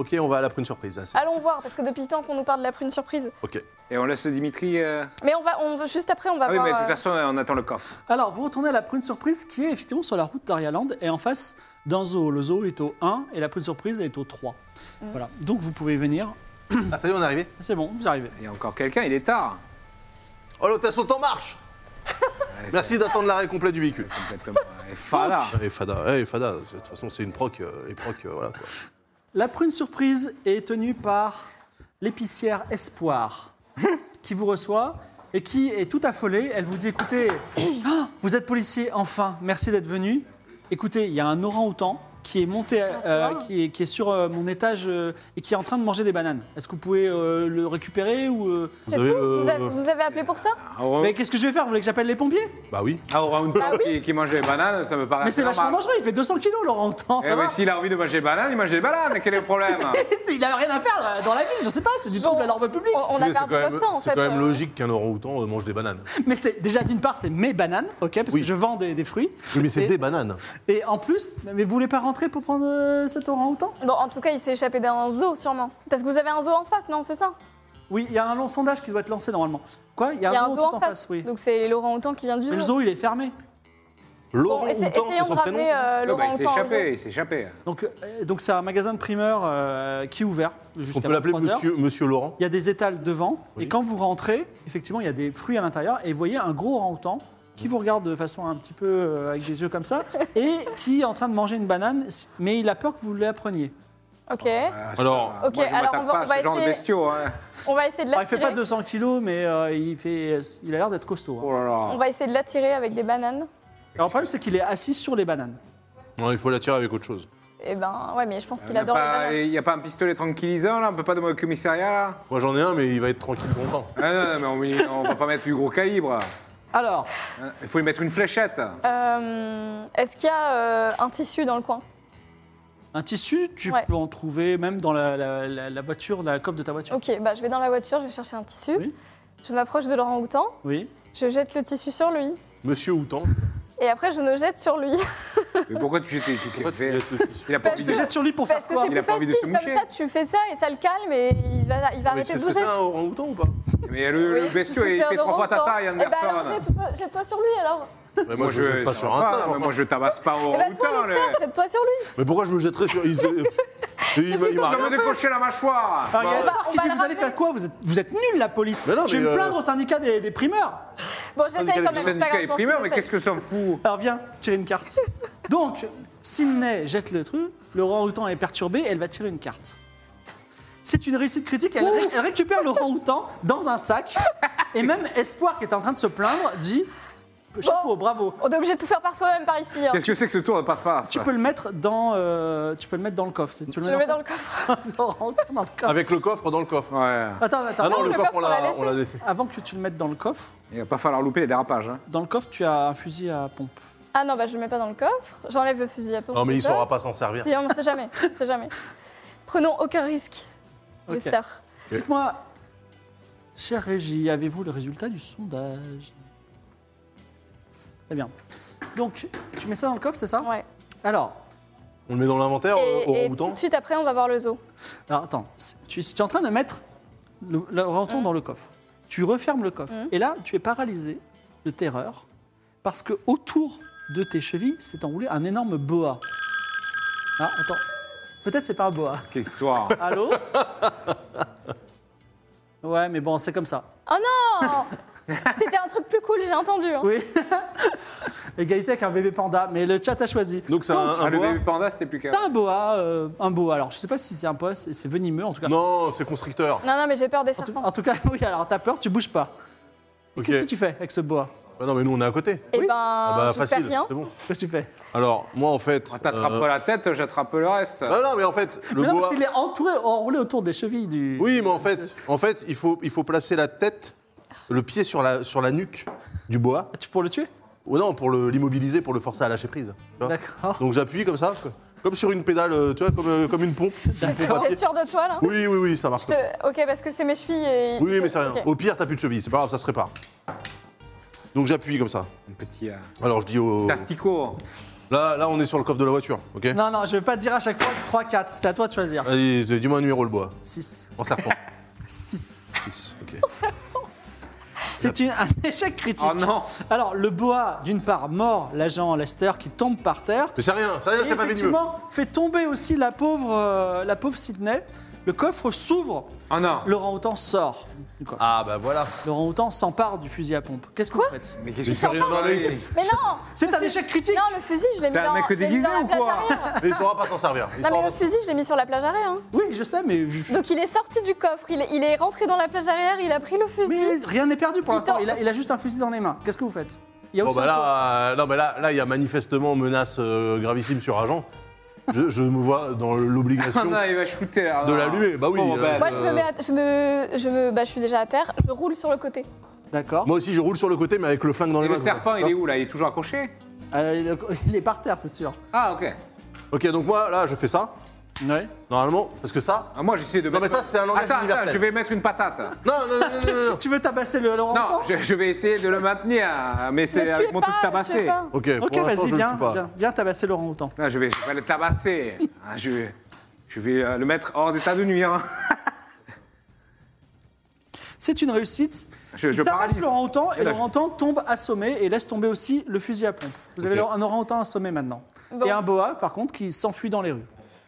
Speaker 2: Ok, on va à la prune surprise. hein, c'est-
Speaker 4: Allons voir, parce que depuis le temps qu'on nous parle de la prune surprise.
Speaker 2: Ok.
Speaker 3: Et on laisse Dimitri. euh,
Speaker 4: Mais on va, on, veut- juste après, on va
Speaker 3: Ah oui,
Speaker 4: voir.
Speaker 3: mais de toute
Speaker 4: euh,
Speaker 3: façon, on attend le coffre.
Speaker 1: Alors, vous retournez à la prune surprise qui est effectivement sur la route d'Arialand et en face d'un zoo. Le zoo est au 1 et la prune surprise est au 3.
Speaker 4: Mm.
Speaker 1: Voilà. Donc, vous pouvez venir.
Speaker 2: Ah, ça y est, on est arrivé.
Speaker 1: C'est bon, vous arrivez.
Speaker 3: Il y a encore quelqu'un, il est tard.
Speaker 2: Oh, l'hôtesse saute en marche
Speaker 3: Ouais,
Speaker 2: Merci d'attendre l'arrêt complet du véhicule.
Speaker 3: c'est Complètement. Et Fada.
Speaker 2: Et Fada, eh, Fada, de toute façon, c'est une proc, euh, et proc, euh, voilà. quoi.
Speaker 1: La prune surprise est tenue par l'épicière Espoir qui vous reçoit et qui est tout affolée. Elle vous dit écoutez, ah, vous êtes policier, enfin, merci d'être venu. Écoutez, il y a un orang-outan qui est monté,
Speaker 3: Ah,
Speaker 1: euh,
Speaker 4: vois.
Speaker 1: qui, est, qui est sur euh, mon étage euh, et qui est en train de manger des bananes. Est-ce que vous pouvez euh, le récupérer ou euh,
Speaker 4: C'est tout
Speaker 2: Vous avez le- Ah,
Speaker 4: vous, avez, vous avez appelé pour ça
Speaker 3: Un orang-
Speaker 1: Mais qu'est-ce que je vais faire Vous voulez que j'appelle les pompiers
Speaker 2: Bah oui.
Speaker 3: un orang-outan
Speaker 4: Ah oui.
Speaker 3: qui, qui mange des bananes, ça me paraît.
Speaker 1: Mais c'est
Speaker 3: Ah, normal.
Speaker 1: vachement dangereux, il fait 200 kilos l'orang-outan,
Speaker 3: Eh
Speaker 1: ça
Speaker 3: oui,
Speaker 1: va
Speaker 3: s'il a envie de manger des bananes, il mange des bananes. Quel est le problème bah,
Speaker 1: Il a rien à faire euh, dans la ville, je sais pas, c'est du trouble à l'ordre public.
Speaker 4: On, on
Speaker 2: Mais
Speaker 4: a
Speaker 2: c'est
Speaker 4: perdu
Speaker 2: quand
Speaker 4: notre
Speaker 2: même-
Speaker 4: temps, en fait.
Speaker 2: C'est quand même
Speaker 4: euh.
Speaker 2: logique qu'un orang-outan euh, mange des bananes.
Speaker 1: Mais c'est déjà d'une part, c'est mes bananes, ok, parce
Speaker 2: Oui.
Speaker 1: que je vends des, des fruits.
Speaker 2: Oui, mais c'est
Speaker 1: Et-
Speaker 2: des bananes.
Speaker 1: Et en plus, mais vous voulez pas rentrer pour prendre euh, cet orang-outan
Speaker 4: Bon, en tout cas, il s'est échappé d'un zoo, sûrement. Parce que vous avez un zoo en face, non C'est ça
Speaker 1: Oui, il y a un long sondage qui doit être lancé normalement. Quoi Il y a un, zoo, tout en face, oui.
Speaker 4: Donc c'est Laurent Houtan qui vient du
Speaker 1: Mais le
Speaker 4: zoo.
Speaker 1: zoo, il est fermé.
Speaker 4: Bon, essa-
Speaker 2: L'orang-outan, c'est
Speaker 4: essayons de
Speaker 2: son prénom
Speaker 4: ramener
Speaker 2: ça
Speaker 4: euh,
Speaker 3: Non, bah,
Speaker 4: Laurent
Speaker 3: Il s'est
Speaker 4: Houtan. au zoo.
Speaker 3: échappé, il s'est échappé.
Speaker 1: Donc, euh, donc c'est un magasin de primeurs euh, qui est ouvert jusqu'à
Speaker 2: On peut l'appeler
Speaker 1: 23 heures.
Speaker 2: monsieur, monsieur Laurent.
Speaker 1: Il y a des étals devant,
Speaker 2: Oui.
Speaker 1: et quand vous rentrez, effectivement, il y a des fruits à l'intérieur, et vous voyez un gros orang-outan qui vous regarde de façon un petit peu euh, avec des yeux comme ça, et qui est en train de manger une banane, mais il a peur que vous l'appreniez.
Speaker 4: Ok.
Speaker 3: Ah, ça,
Speaker 2: Alors-
Speaker 3: moi,
Speaker 4: Ok,
Speaker 3: je
Speaker 4: alors
Speaker 3: m'attaque
Speaker 4: on va-
Speaker 3: pas à
Speaker 4: on va
Speaker 3: ce genre de
Speaker 4: essayer-
Speaker 3: bestiaux. hein.
Speaker 4: On va essayer de
Speaker 1: Alors, Bah, il fait
Speaker 4: l'attirer.
Speaker 1: pas 200 kilos, mais euh, il, fait, il a l'air d'être costaud. hein.
Speaker 3: Oh là là.
Speaker 4: On va essayer de l'attirer avec des bananes.
Speaker 1: Alors, le problème, c'est qu'il est assis sur les bananes.
Speaker 2: Non, il faut l'attirer avec autre chose.
Speaker 4: Et ben, ouais, mais je pense
Speaker 3: Il
Speaker 4: qu'il
Speaker 3: n'y a,
Speaker 4: adore les
Speaker 3: Euh, pas-
Speaker 4: bananes.
Speaker 3: y a pas un pistolet tranquillisant là On peut pas demander au commissariat là
Speaker 2: Moi, j'en ai un, mais il va être tranquille longtemps.
Speaker 3: ah, non, non, mais on, on va pas mettre du gros calibre.
Speaker 1: Alors,
Speaker 3: Hein, Il faut lui mettre une fléchette.
Speaker 4: Euh, Est-ce qu'il y a euh, un tissu dans le coin
Speaker 1: un tissu, tu
Speaker 4: Ouais.
Speaker 1: peux en trouver même dans la, la- la- la voiture, la coffre de ta voiture.
Speaker 4: Ok, bah je vais dans la voiture, je vais chercher un tissu.
Speaker 1: Oui.
Speaker 4: Je m'approche de Laurent Houtan,
Speaker 1: Oui.
Speaker 4: je jette le tissu sur lui.
Speaker 2: Monsieur Outan.
Speaker 4: Et après, je me jette sur lui.
Speaker 3: Mais pourquoi tu jetais Qu'est-ce qu'il
Speaker 2: Pourquoi
Speaker 3: a
Speaker 2: tu
Speaker 3: fait
Speaker 2: jettes le tissu
Speaker 3: Il a pas
Speaker 4: Parce
Speaker 1: Tu
Speaker 3: envie
Speaker 1: te
Speaker 3: de.
Speaker 1: jettes sur lui pour faire
Speaker 4: Parce que
Speaker 1: quoi
Speaker 4: c'est
Speaker 3: Il a
Speaker 4: plus
Speaker 3: pas envie de
Speaker 4: facile.
Speaker 3: se
Speaker 4: Comme
Speaker 3: moucher.
Speaker 4: ça, tu fais ça et ça le calme et il va, il va
Speaker 2: Mais tu
Speaker 4: arrêter
Speaker 2: sais
Speaker 4: de
Speaker 2: ce que
Speaker 4: bouger.
Speaker 2: c'est un orang-outan ou pas
Speaker 3: Mais le, le
Speaker 4: Oui,
Speaker 3: bestiau,
Speaker 4: c'est
Speaker 3: il
Speaker 4: un
Speaker 3: fait trois fois ta
Speaker 4: orang-outan.
Speaker 3: taille,
Speaker 4: Eh ben alors,
Speaker 3: Anderson.
Speaker 4: jette-toi- jette-toi sur lui alors.
Speaker 2: Mais moi, je, jette pas
Speaker 3: ça
Speaker 2: sur
Speaker 3: va
Speaker 2: un
Speaker 3: pas,
Speaker 2: stage.
Speaker 3: mais
Speaker 2: enfin.
Speaker 3: Moi, je tabasse pas au
Speaker 4: Eh ben toi,
Speaker 3: routin.
Speaker 4: Lester, jette-toi sur
Speaker 3: Ah,
Speaker 4: lui.
Speaker 2: Mais pourquoi je me jetterais sur. Il, il m'a- il m'a
Speaker 3: Non, mais
Speaker 2: rien fait.
Speaker 3: décrocher la mâchoire
Speaker 1: Alors, il y a
Speaker 4: Bah,
Speaker 1: Espoir
Speaker 4: on
Speaker 1: Ah, qui
Speaker 4: va
Speaker 1: dit
Speaker 4: le
Speaker 1: Vous allez faire
Speaker 4: rappeler.
Speaker 1: quoi vous êtes, vous êtes nuls, la police
Speaker 2: Mais non,
Speaker 1: Je vais
Speaker 2: mais,
Speaker 1: me
Speaker 2: euh,
Speaker 1: plaindre au syndicat des, des primeurs
Speaker 4: Bon, j'essaye quand
Speaker 2: syndicat
Speaker 4: même.
Speaker 3: Le
Speaker 4: c'est pas
Speaker 3: syndicat
Speaker 4: grave,
Speaker 3: est
Speaker 4: je m'en
Speaker 3: primeur,
Speaker 4: fous,
Speaker 3: mais
Speaker 4: j'essaye.
Speaker 3: qu'est-ce que ça me fout
Speaker 1: Alors, viens, tirer une carte. Donc, Sydney jette le truc, le orang-outan est perturbé, elle va tirer une carte. C'est une réussite critique, elle, ré- elle récupère le orang-outan dans un sac, et même Espoir qui est en train de se plaindre dit Chapeau, bravo.
Speaker 4: On est obligé de tout faire par soi-même par ici. hein.
Speaker 3: Qu'est-ce que c'est que ce tour de passe-passe
Speaker 1: Tu peux le mettre dans, euh, tu peux le mettre dans le coffre. Tu
Speaker 4: Je le mets dans le coffre.
Speaker 1: dans dans le coffre.
Speaker 2: Avec le coffre dans le coffre.
Speaker 3: Ouais.
Speaker 1: Attends, attends.
Speaker 2: Ah non,
Speaker 4: Non,
Speaker 2: le,
Speaker 4: le
Speaker 2: coffre,
Speaker 4: coffre,
Speaker 2: on
Speaker 4: on l'a
Speaker 2: l'a-
Speaker 4: laissé.
Speaker 2: on l'a laissé.
Speaker 1: Avant que tu le mettes dans le coffre,
Speaker 3: Il va pas falloir louper les dérapages. hein.
Speaker 1: dans le coffre, tu as un fusil à pompe.
Speaker 4: Ah non, bah je le mets pas dans le coffre. J'enlève le fusil à pompe.
Speaker 2: Non, mais il
Speaker 4: c'est ça
Speaker 2: saura pas s'en servir.
Speaker 4: Si, on sait jamais. On sait jamais. Prenons aucun risque,
Speaker 1: Ok.
Speaker 4: les stars.
Speaker 1: Dites-moi, chère Régie, avez-vous le résultat du sondage Très bien. Donc, tu mets ça dans le coffre, c'est
Speaker 2: Hein
Speaker 1: ça
Speaker 4: Ouais.
Speaker 1: Alors,
Speaker 2: On le met dans l'inventaire, euh,
Speaker 4: Et, et tout
Speaker 2: orang-outan
Speaker 4: de suite après, on va voir le zoo.
Speaker 1: Alors attends, c'est- tu, tu es en train de mettre le, le renton
Speaker 4: Mm.
Speaker 1: dans le coffre. Tu refermes le coffre.
Speaker 4: Mm.
Speaker 1: Et là, tu es paralysé de terreur parce que autour de tes chevilles s'est enroulé un énorme boa. Ah, attends. Peut-être c'est pas un boa.
Speaker 3: Quelle histoire.
Speaker 1: Allô Ouais, mais bon, c'est comme ça.
Speaker 4: Oh C'était un truc plus cool, j'ai entendu. hein.
Speaker 1: Oui. Égalité avec un bébé panda, mais le chat a choisi.
Speaker 2: Donc c'est un, un
Speaker 3: Ah, le
Speaker 2: boa
Speaker 3: bébé panda, c'était plus qu'un.
Speaker 1: T'as un boa, euh, un boa. Alors, je sais pas si c'est un poste, c'est venimeux en tout cas.
Speaker 2: Non, c'est constricteur.
Speaker 4: Non, non, mais j'ai peur des
Speaker 1: En tout,
Speaker 4: serpents.
Speaker 1: en tout cas, oui, alors t'as peur, tu bouges pas.
Speaker 2: Ok.
Speaker 1: Qu'est-ce que tu fais avec ce boa
Speaker 2: Ah non, mais nous, on est à côté.
Speaker 4: Et
Speaker 1: Oui.
Speaker 4: ben,
Speaker 2: Ah bah,
Speaker 4: je fais
Speaker 2: facile,
Speaker 4: rien.
Speaker 2: c'est bon.
Speaker 1: Qu'est-ce que tu fais
Speaker 2: Alors, moi, en fait...
Speaker 3: Ah, T'attrapes
Speaker 2: euh, Ah.
Speaker 3: pas la tête, j'attrape le reste.
Speaker 2: Non, non, mais en fait, le
Speaker 1: mais non,
Speaker 2: boa...
Speaker 1: parce qu'il est entouré, enroulé autour des chevilles du.
Speaker 2: Oui, mais en fait, en fait il, faut, il faut placer la tête, le pied sur la, sur la nuque du boa.
Speaker 1: Tu pour le tuer
Speaker 2: Ou non, pour le- l'immobiliser, pour le forcer à lâcher prise. tu vois.
Speaker 1: D'accord.
Speaker 2: Donc j'appuie comme ça, quoi. comme sur une pédale, euh, tu vois, comme, euh, comme une pompe.
Speaker 4: T'es
Speaker 2: Une pompe
Speaker 4: sûr,
Speaker 2: à
Speaker 4: t'es
Speaker 2: pied.
Speaker 4: sûr de toi, là
Speaker 2: Oui, oui, oui, ça marche.
Speaker 4: Je te- Ok, parce que c'est mes chevilles et...
Speaker 2: Oui, mais c'est rien.
Speaker 4: Ok.
Speaker 2: Au pire, t'as plus de cheville, c'est pas grave, ça se répare. Donc j'appuie comme ça.
Speaker 3: Un petit euh,
Speaker 2: Alors je dis au.
Speaker 3: tasticot.
Speaker 2: Là, là, on est sur le coffre de la voiture, ok
Speaker 1: Non, non, je vais pas te dire à chaque fois 3-4, c'est à toi de choisir.
Speaker 2: Vas-y, t- dis-moi un numéro, le bois.
Speaker 1: 6.
Speaker 2: En serpent.
Speaker 1: 6.
Speaker 2: 6, ok.
Speaker 1: C'est une- un échec critique.
Speaker 3: Oh non
Speaker 1: Alors, le boa, d'une part, mort l'agent Lester qui tombe par terre.
Speaker 2: Mais c'est rien, c'est rien,
Speaker 1: Et
Speaker 2: c'est pas venimeux.
Speaker 1: effectivement, fait tomber aussi la pauvre, euh, la pauvre Sydney. Le coffre s'ouvre,
Speaker 3: Oh non
Speaker 1: Laurent Houtan sort du coffre.
Speaker 2: Ah bah voilà.
Speaker 1: Laurent Houtan s'empare du fusil à pompe. Qu'est-ce que vous faites
Speaker 3: Mais qu'est-ce que
Speaker 2: Mais sérieux, non, mais
Speaker 3: c'est
Speaker 4: Mais non
Speaker 1: C'est un échec critique
Speaker 4: Non, le fusil, je l'ai mis,
Speaker 3: C'est un
Speaker 4: dans-
Speaker 3: mec
Speaker 4: je l'ai mis
Speaker 3: déguisé
Speaker 4: dans la
Speaker 3: ou
Speaker 4: plage
Speaker 3: quoi
Speaker 4: arrière.
Speaker 2: Mais il hein. saura pas s'en servir. Il
Speaker 4: Non,
Speaker 2: saura
Speaker 4: mais le
Speaker 2: pas-
Speaker 4: fusil, je l'ai mis sur la plage arrière. hein.
Speaker 1: Oui, je sais, mais. je-
Speaker 4: Donc il est sorti du coffre, il est, il est rentré dans la plage arrière, il a pris le fusil.
Speaker 1: Mais rien n'est perdu pour
Speaker 4: Il
Speaker 1: l'instant.
Speaker 4: tente.
Speaker 1: Il, a- il a juste un fusil dans les mains. Qu'est-ce que vous faites Il y a
Speaker 2: Bon
Speaker 1: aussi
Speaker 2: bah
Speaker 1: un corps.
Speaker 2: là, euh, non mais là, là, il y a manifestement menace euh, gravissime sur agent. Je, je me vois dans
Speaker 3: Ah
Speaker 2: l'obligation.
Speaker 3: non, il va shooter là.
Speaker 2: De
Speaker 3: non.
Speaker 2: l'allumer, bah oui,
Speaker 3: Bon,
Speaker 2: euh,
Speaker 3: bah,
Speaker 4: Moi, je me mets, à- je me, je me, bah, je suis déjà à terre. Je roule sur le côté.
Speaker 1: D'accord.
Speaker 2: Moi aussi, je roule sur le côté, mais avec le flingue dans les
Speaker 3: Et
Speaker 2: mains.
Speaker 3: le serpent, il est où là Il est toujours accroché
Speaker 1: Euh, il est- il est par terre, c'est sûr.
Speaker 3: Ah, ok.
Speaker 2: Ok, donc moi, là, je fais ça,
Speaker 1: Ouais.
Speaker 2: normalement, parce que ça...
Speaker 3: Ah, moi, j'essaie de
Speaker 2: Non,
Speaker 3: mettre.
Speaker 2: mais ça, c'est un langage
Speaker 3: Attends, attends,
Speaker 2: universel.
Speaker 3: je vais mettre une patate.
Speaker 2: Non, non, non, non, non, non.
Speaker 1: Tu veux tabasser le Laurent
Speaker 3: Non,
Speaker 1: Houtan
Speaker 3: je, je vais essayer de le maintenir, mais c'est
Speaker 4: Ne
Speaker 3: avec
Speaker 4: tuez
Speaker 3: mon
Speaker 4: pas,
Speaker 3: truc
Speaker 4: ne tuez
Speaker 3: tabassé.
Speaker 4: pas.
Speaker 2: Ok,
Speaker 1: Ok,
Speaker 2: pour l'instant,
Speaker 1: vas-y,
Speaker 2: je le
Speaker 1: viens,
Speaker 2: tue pas.
Speaker 1: viens, viens tabasser Laurent Houtan.
Speaker 3: Là, je vais, je vais le tabasser. Ah, je vais, je vais euh, le mettre hors d'état de hein. nuire.
Speaker 1: C'est une réussite.
Speaker 3: Je, je
Speaker 1: Il tabasse
Speaker 3: paralyse.
Speaker 1: Laurent Houtan et
Speaker 3: Et là,
Speaker 1: Laurent Houtan tombe assommé et laisse tomber aussi le fusil à pompe. Vous avez
Speaker 2: Ok.
Speaker 1: un Laurent Houtan assommé maintenant.
Speaker 4: Bon.
Speaker 1: Et un boa, par contre, qui s'enfuit dans les rues.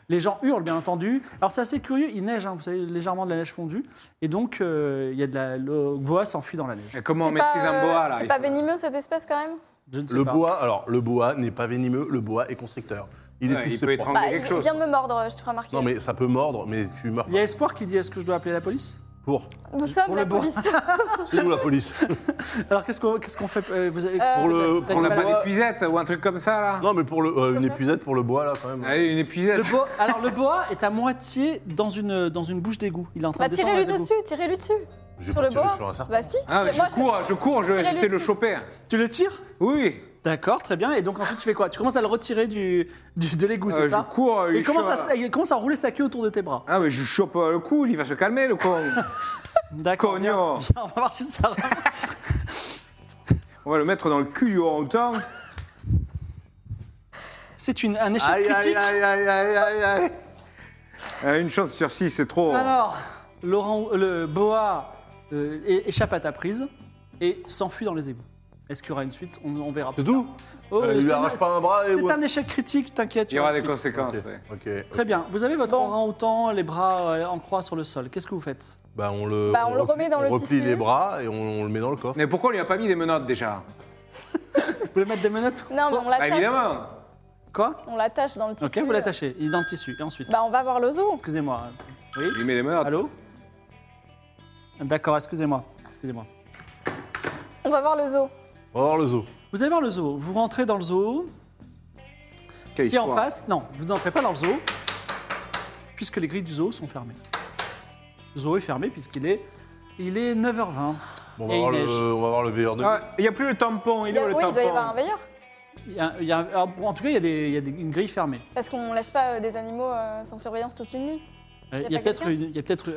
Speaker 1: Les gens hurlent, bien entendu. Alors, c'est assez curieux, il neige, hein, vous savez, légèrement de la neige fondue. Et donc, euh, il y a de la, le boa s'enfuit dans la neige.
Speaker 3: Et Comment on
Speaker 4: C'est pas,
Speaker 3: maîtrise un
Speaker 4: euh,
Speaker 3: boa là
Speaker 4: C'est
Speaker 3: il
Speaker 4: pas
Speaker 3: faut-
Speaker 4: venimeux cette espèce quand même
Speaker 1: Je ne sais
Speaker 2: Le
Speaker 1: pas.
Speaker 2: boa, alors, le boa n'est pas venimeux, le boa est constricteur. Il est
Speaker 3: Ouais,
Speaker 2: tous
Speaker 3: il
Speaker 2: ses
Speaker 3: peut
Speaker 2: proies.
Speaker 3: étrangler
Speaker 4: Bah, il
Speaker 3: quelque chose.
Speaker 4: vient de me mordre, je te ferai remarquer.
Speaker 2: Non, mais ça peut mordre, mais tu meurs
Speaker 1: Il y a
Speaker 2: pas.
Speaker 1: espoir qui dit est-ce que je dois appeler la police
Speaker 2: Pour.
Speaker 4: Nous sommes
Speaker 1: pour
Speaker 4: la
Speaker 1: le bois.
Speaker 4: police.
Speaker 2: C'est nous, la police.
Speaker 1: Alors, qu'est-ce qu'on qu'est-ce qu'on fait euh, vous avez-
Speaker 4: Euh,
Speaker 2: Pour le,
Speaker 1: t'as
Speaker 2: pour
Speaker 3: On
Speaker 2: le
Speaker 3: n'a pas
Speaker 2: boa...
Speaker 3: d'épuisette ou un truc comme ça là
Speaker 2: Non, mais pour le... euh, une épuisette pour le boa, là, quand même.
Speaker 3: Allez, Ah une épuisette.
Speaker 1: Le boa- alors le boa est à moitié dans une, dans une bouche d'égout. Il est en train
Speaker 4: Bah,
Speaker 1: de descendre
Speaker 4: tirez-lui
Speaker 1: les égouts.
Speaker 4: dessus, tirez-lui dessus.
Speaker 2: J'ai
Speaker 4: sur
Speaker 2: pas
Speaker 4: le
Speaker 2: tiré
Speaker 4: bois.
Speaker 2: sur un serpent.
Speaker 4: Bah si.
Speaker 3: Ah,
Speaker 4: c'est-
Speaker 3: je
Speaker 4: moi,
Speaker 3: cours, je cours, je-
Speaker 4: Tirez-le
Speaker 3: j'essaie de le
Speaker 4: dessus.
Speaker 3: choper.
Speaker 1: Tu le tires
Speaker 3: Oui,
Speaker 1: D'accord, très bien. Et donc ensuite tu fais quoi Tu commences à le retirer du, du- de l'égout, c'est
Speaker 3: euh,
Speaker 1: ça
Speaker 3: je cours.
Speaker 1: Et
Speaker 3: il
Speaker 1: commence
Speaker 3: chope-
Speaker 1: à, il commence à rouler sa queue autour de tes bras.
Speaker 3: Ah, mais je chope euh, le cou, il va se calmer le con.
Speaker 1: D'accord. viens,
Speaker 3: Cognon
Speaker 1: on va voir si ça va.
Speaker 3: On va le mettre dans le cul du orang-outan.
Speaker 1: C'est une- un échec
Speaker 2: Aïe, aïe,
Speaker 1: critique.
Speaker 2: aïe, aïe, aïe, aïe, aïe.
Speaker 3: Euh, Une chance sur six, c'est trop.
Speaker 1: Alors, Laurent, le boa euh, é- échappe à ta prise et s'enfuit dans les égouts. Est-ce qu'il y aura une suite on, on verra.
Speaker 2: C'est tout
Speaker 1: Oh,
Speaker 2: Euh, Il lui
Speaker 1: c'est
Speaker 2: arrache
Speaker 1: un-
Speaker 2: pas un bras et...
Speaker 1: C'est un échec critique, t'inquiète.
Speaker 3: il y aura des
Speaker 1: une suite.
Speaker 3: conséquences.
Speaker 2: Ok,
Speaker 3: ouais.
Speaker 2: ok.
Speaker 1: Très bien. Vous avez votre
Speaker 4: Bon.
Speaker 1: orang-outan, les bras euh, en croix sur le sol. Qu'est-ce que vous faites
Speaker 2: Bah, on le...
Speaker 4: Bah, on le
Speaker 2: replie-
Speaker 4: remet dans le
Speaker 2: On replie
Speaker 4: tissu.
Speaker 2: les bras et on on le met dans le coffre.
Speaker 3: Mais pourquoi on lui a pas mis des menottes déjà
Speaker 1: Vous voulez mettre des menottes
Speaker 4: Non, mais on
Speaker 3: Bah,
Speaker 4: l'attache.
Speaker 3: évidemment.
Speaker 1: Quoi
Speaker 4: on l'attache dans le tissu.
Speaker 1: Ok, vous l'attachez. Il est dans le tissu. Et ensuite
Speaker 4: Bah on va voir le zoo.
Speaker 1: Excusez-moi.
Speaker 3: Il lui met des menottes.
Speaker 1: Allô
Speaker 3: Ah.
Speaker 1: D'accord, excusez-moi. Excusez-moi.
Speaker 4: On va voir le zoo.
Speaker 2: On va voir le zoo.
Speaker 1: Vous allez voir le zoo. Vous rentrez dans le zoo.
Speaker 3: Quelle
Speaker 1: Qui est en
Speaker 3: histoire.
Speaker 1: face Non, vous n'entrez pas dans le zoo, puisque les grilles du zoo sont fermées. Le zoo est fermé puisqu'il est, il est 9h20.
Speaker 2: Bon, on, va
Speaker 1: Et
Speaker 2: voir
Speaker 1: il
Speaker 2: le,
Speaker 1: neige.
Speaker 2: on va voir le VR de
Speaker 3: Ah, Il n'y a plus le tampon, il
Speaker 4: Il
Speaker 3: est
Speaker 4: y
Speaker 3: où
Speaker 4: a-
Speaker 3: le
Speaker 4: oui, il doit y avoir un
Speaker 3: tampon
Speaker 4: veilleur.
Speaker 1: Il y a- il y a un- alors, en tout cas, il y a, des- il y a des- une grille fermée.
Speaker 4: Parce qu'on laisse pas euh, des animaux euh, sans surveillance toute une nuit.
Speaker 1: Euh,
Speaker 4: y a
Speaker 1: Il y a
Speaker 4: pas
Speaker 1: peut-être
Speaker 4: quelqu'un
Speaker 1: une. il y a peut-être-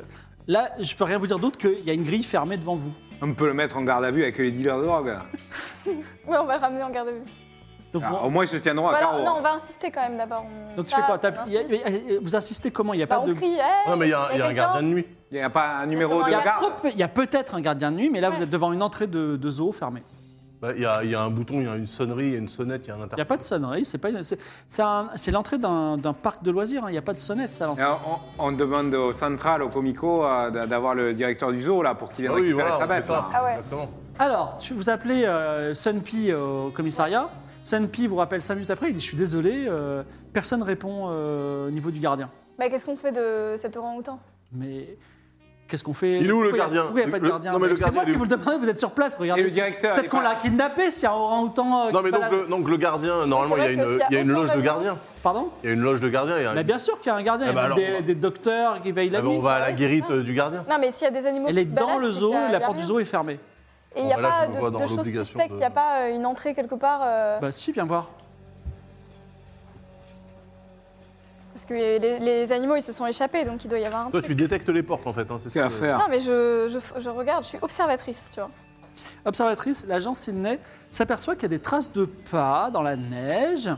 Speaker 1: Là, je peux rien vous dire d'autre qu'il y a une grille fermée devant vous.
Speaker 3: On peut le mettre en garde à vue avec les dealers de drogue.
Speaker 4: Ouais, on va le ramener en garde à vue.
Speaker 1: Donc,
Speaker 3: Ah,
Speaker 1: vous,
Speaker 3: au moins, ils se tiendront à
Speaker 4: Voilà,
Speaker 3: carreau.
Speaker 4: Bah non, on va insister quand même d'abord. on
Speaker 1: donc tu fais quoi
Speaker 4: tape,
Speaker 1: T'as-
Speaker 4: on
Speaker 1: il y a-
Speaker 4: Ah, insiste.
Speaker 1: il y a- Vous insistez comment Il n'y a
Speaker 4: Bah,
Speaker 1: pas
Speaker 4: on
Speaker 1: de.
Speaker 4: crie,
Speaker 2: nuit. Non, mais il y a, un- il y a un gardien de nuit.
Speaker 3: Il n'y a pas un numéro
Speaker 4: sûrement
Speaker 3: de
Speaker 1: Il y a,
Speaker 4: un
Speaker 3: garde.
Speaker 1: trop peu- il y a peut-être un gardien de nuit, mais là,
Speaker 4: Ouais.
Speaker 1: vous êtes devant une entrée de, de zoo fermée.
Speaker 2: Bah, Il y, a, il y a un bouton, il y a une sonnerie, il y a une sonnette, il y a
Speaker 1: Il
Speaker 2: un Ah
Speaker 1: n'y a
Speaker 2: interphone.
Speaker 1: pas de sonnerie. C'est pas. une- c'est- c'est un- c'est l'entrée d'un d'un parc de loisirs. hein, Il n'y a pas de sonnette. ça, à l'entrée.
Speaker 3: Et On, on demande au central, au comico, euh, d'a- d'avoir le directeur du zoo là pour qu'il vienne
Speaker 2: Ah oui,
Speaker 3: récupérer
Speaker 2: voilà,
Speaker 3: sa
Speaker 2: on fait
Speaker 3: bête.
Speaker 2: ça.
Speaker 3: là.
Speaker 4: Ah ouais.
Speaker 2: Exactement.
Speaker 1: Alors, tu, vous appelez euh, Sunpi au commissariat. Sunpi vous rappelle 5 minutes après, il dit Je suis désolé, euh, personne répond euh, au niveau du gardien.
Speaker 4: Bah, qu'est-ce qu'on fait de cet orang-outan
Speaker 1: Mais qu'est-ce qu'on fait
Speaker 2: Il est où, le
Speaker 1: Pourquoi y a-
Speaker 2: gardien
Speaker 1: Pourquoi il n'y a pas de
Speaker 2: Le-
Speaker 1: gardien
Speaker 2: non, mais le
Speaker 1: C'est
Speaker 2: gardien,
Speaker 1: moi
Speaker 2: il est
Speaker 1: qui
Speaker 2: où
Speaker 1: vous le demande, vous êtes sur place, regardez.
Speaker 3: Et le directeur, il est
Speaker 1: Peut-être qu'on
Speaker 3: pas-
Speaker 1: l'a kidnappé s'il y a un orang-outan. euh,
Speaker 2: Non,
Speaker 1: qui se
Speaker 2: mais donc,
Speaker 1: balade.
Speaker 2: le, donc le gardien, normalement, il y a
Speaker 4: C'est vrai que
Speaker 2: une,
Speaker 4: s'il y a
Speaker 2: il y a une
Speaker 4: autant
Speaker 2: loge de
Speaker 4: d'avions-
Speaker 2: gardien.
Speaker 1: Pardon
Speaker 2: Il y a une loge de gardien. il y a-
Speaker 1: mais Bien sûr qu'il y a un gardien,
Speaker 2: Ah
Speaker 1: il y
Speaker 2: bah
Speaker 1: a
Speaker 2: alors,
Speaker 1: même
Speaker 2: on va-
Speaker 1: des, des docteurs qui veillent
Speaker 2: Ah
Speaker 1: la
Speaker 2: bah,
Speaker 1: nuit.
Speaker 2: on va à
Speaker 4: Ah
Speaker 2: la
Speaker 4: oui,
Speaker 2: guérite
Speaker 4: c'est ça.
Speaker 2: euh, du gardien.
Speaker 4: Non, mais s'il y a des animaux
Speaker 1: Elle
Speaker 4: qui
Speaker 1: est
Speaker 4: se
Speaker 1: dans
Speaker 4: baladent,
Speaker 1: le
Speaker 4: c'est
Speaker 1: zoo,
Speaker 4: qu'il y a-
Speaker 1: la
Speaker 4: il y a
Speaker 1: porte du
Speaker 4: rien.
Speaker 1: zoo est fermée.
Speaker 4: Et il n'y a
Speaker 2: Bon, bah là,
Speaker 4: pas
Speaker 2: je me
Speaker 4: de,
Speaker 2: vois
Speaker 4: de
Speaker 2: dans
Speaker 4: choses
Speaker 2: l'obligation
Speaker 4: suspectes, il
Speaker 2: de-
Speaker 4: n'y a pas euh, une entrée quelque part. euh,
Speaker 1: Bah si, viens voir.
Speaker 4: Parce que les, les animaux, ils se sont échappés, donc il doit y avoir un
Speaker 2: Toi, tu
Speaker 4: truc.
Speaker 2: détectes les portes, en fait. hein, c'est
Speaker 3: C'est
Speaker 2: ça.
Speaker 3: à faire.
Speaker 4: Non, mais je, je, je regarde, je suis observatrice, tu vois.
Speaker 1: Observatrice, l'agent Sydney s'aperçoit qu'il y a des traces de pas dans la neige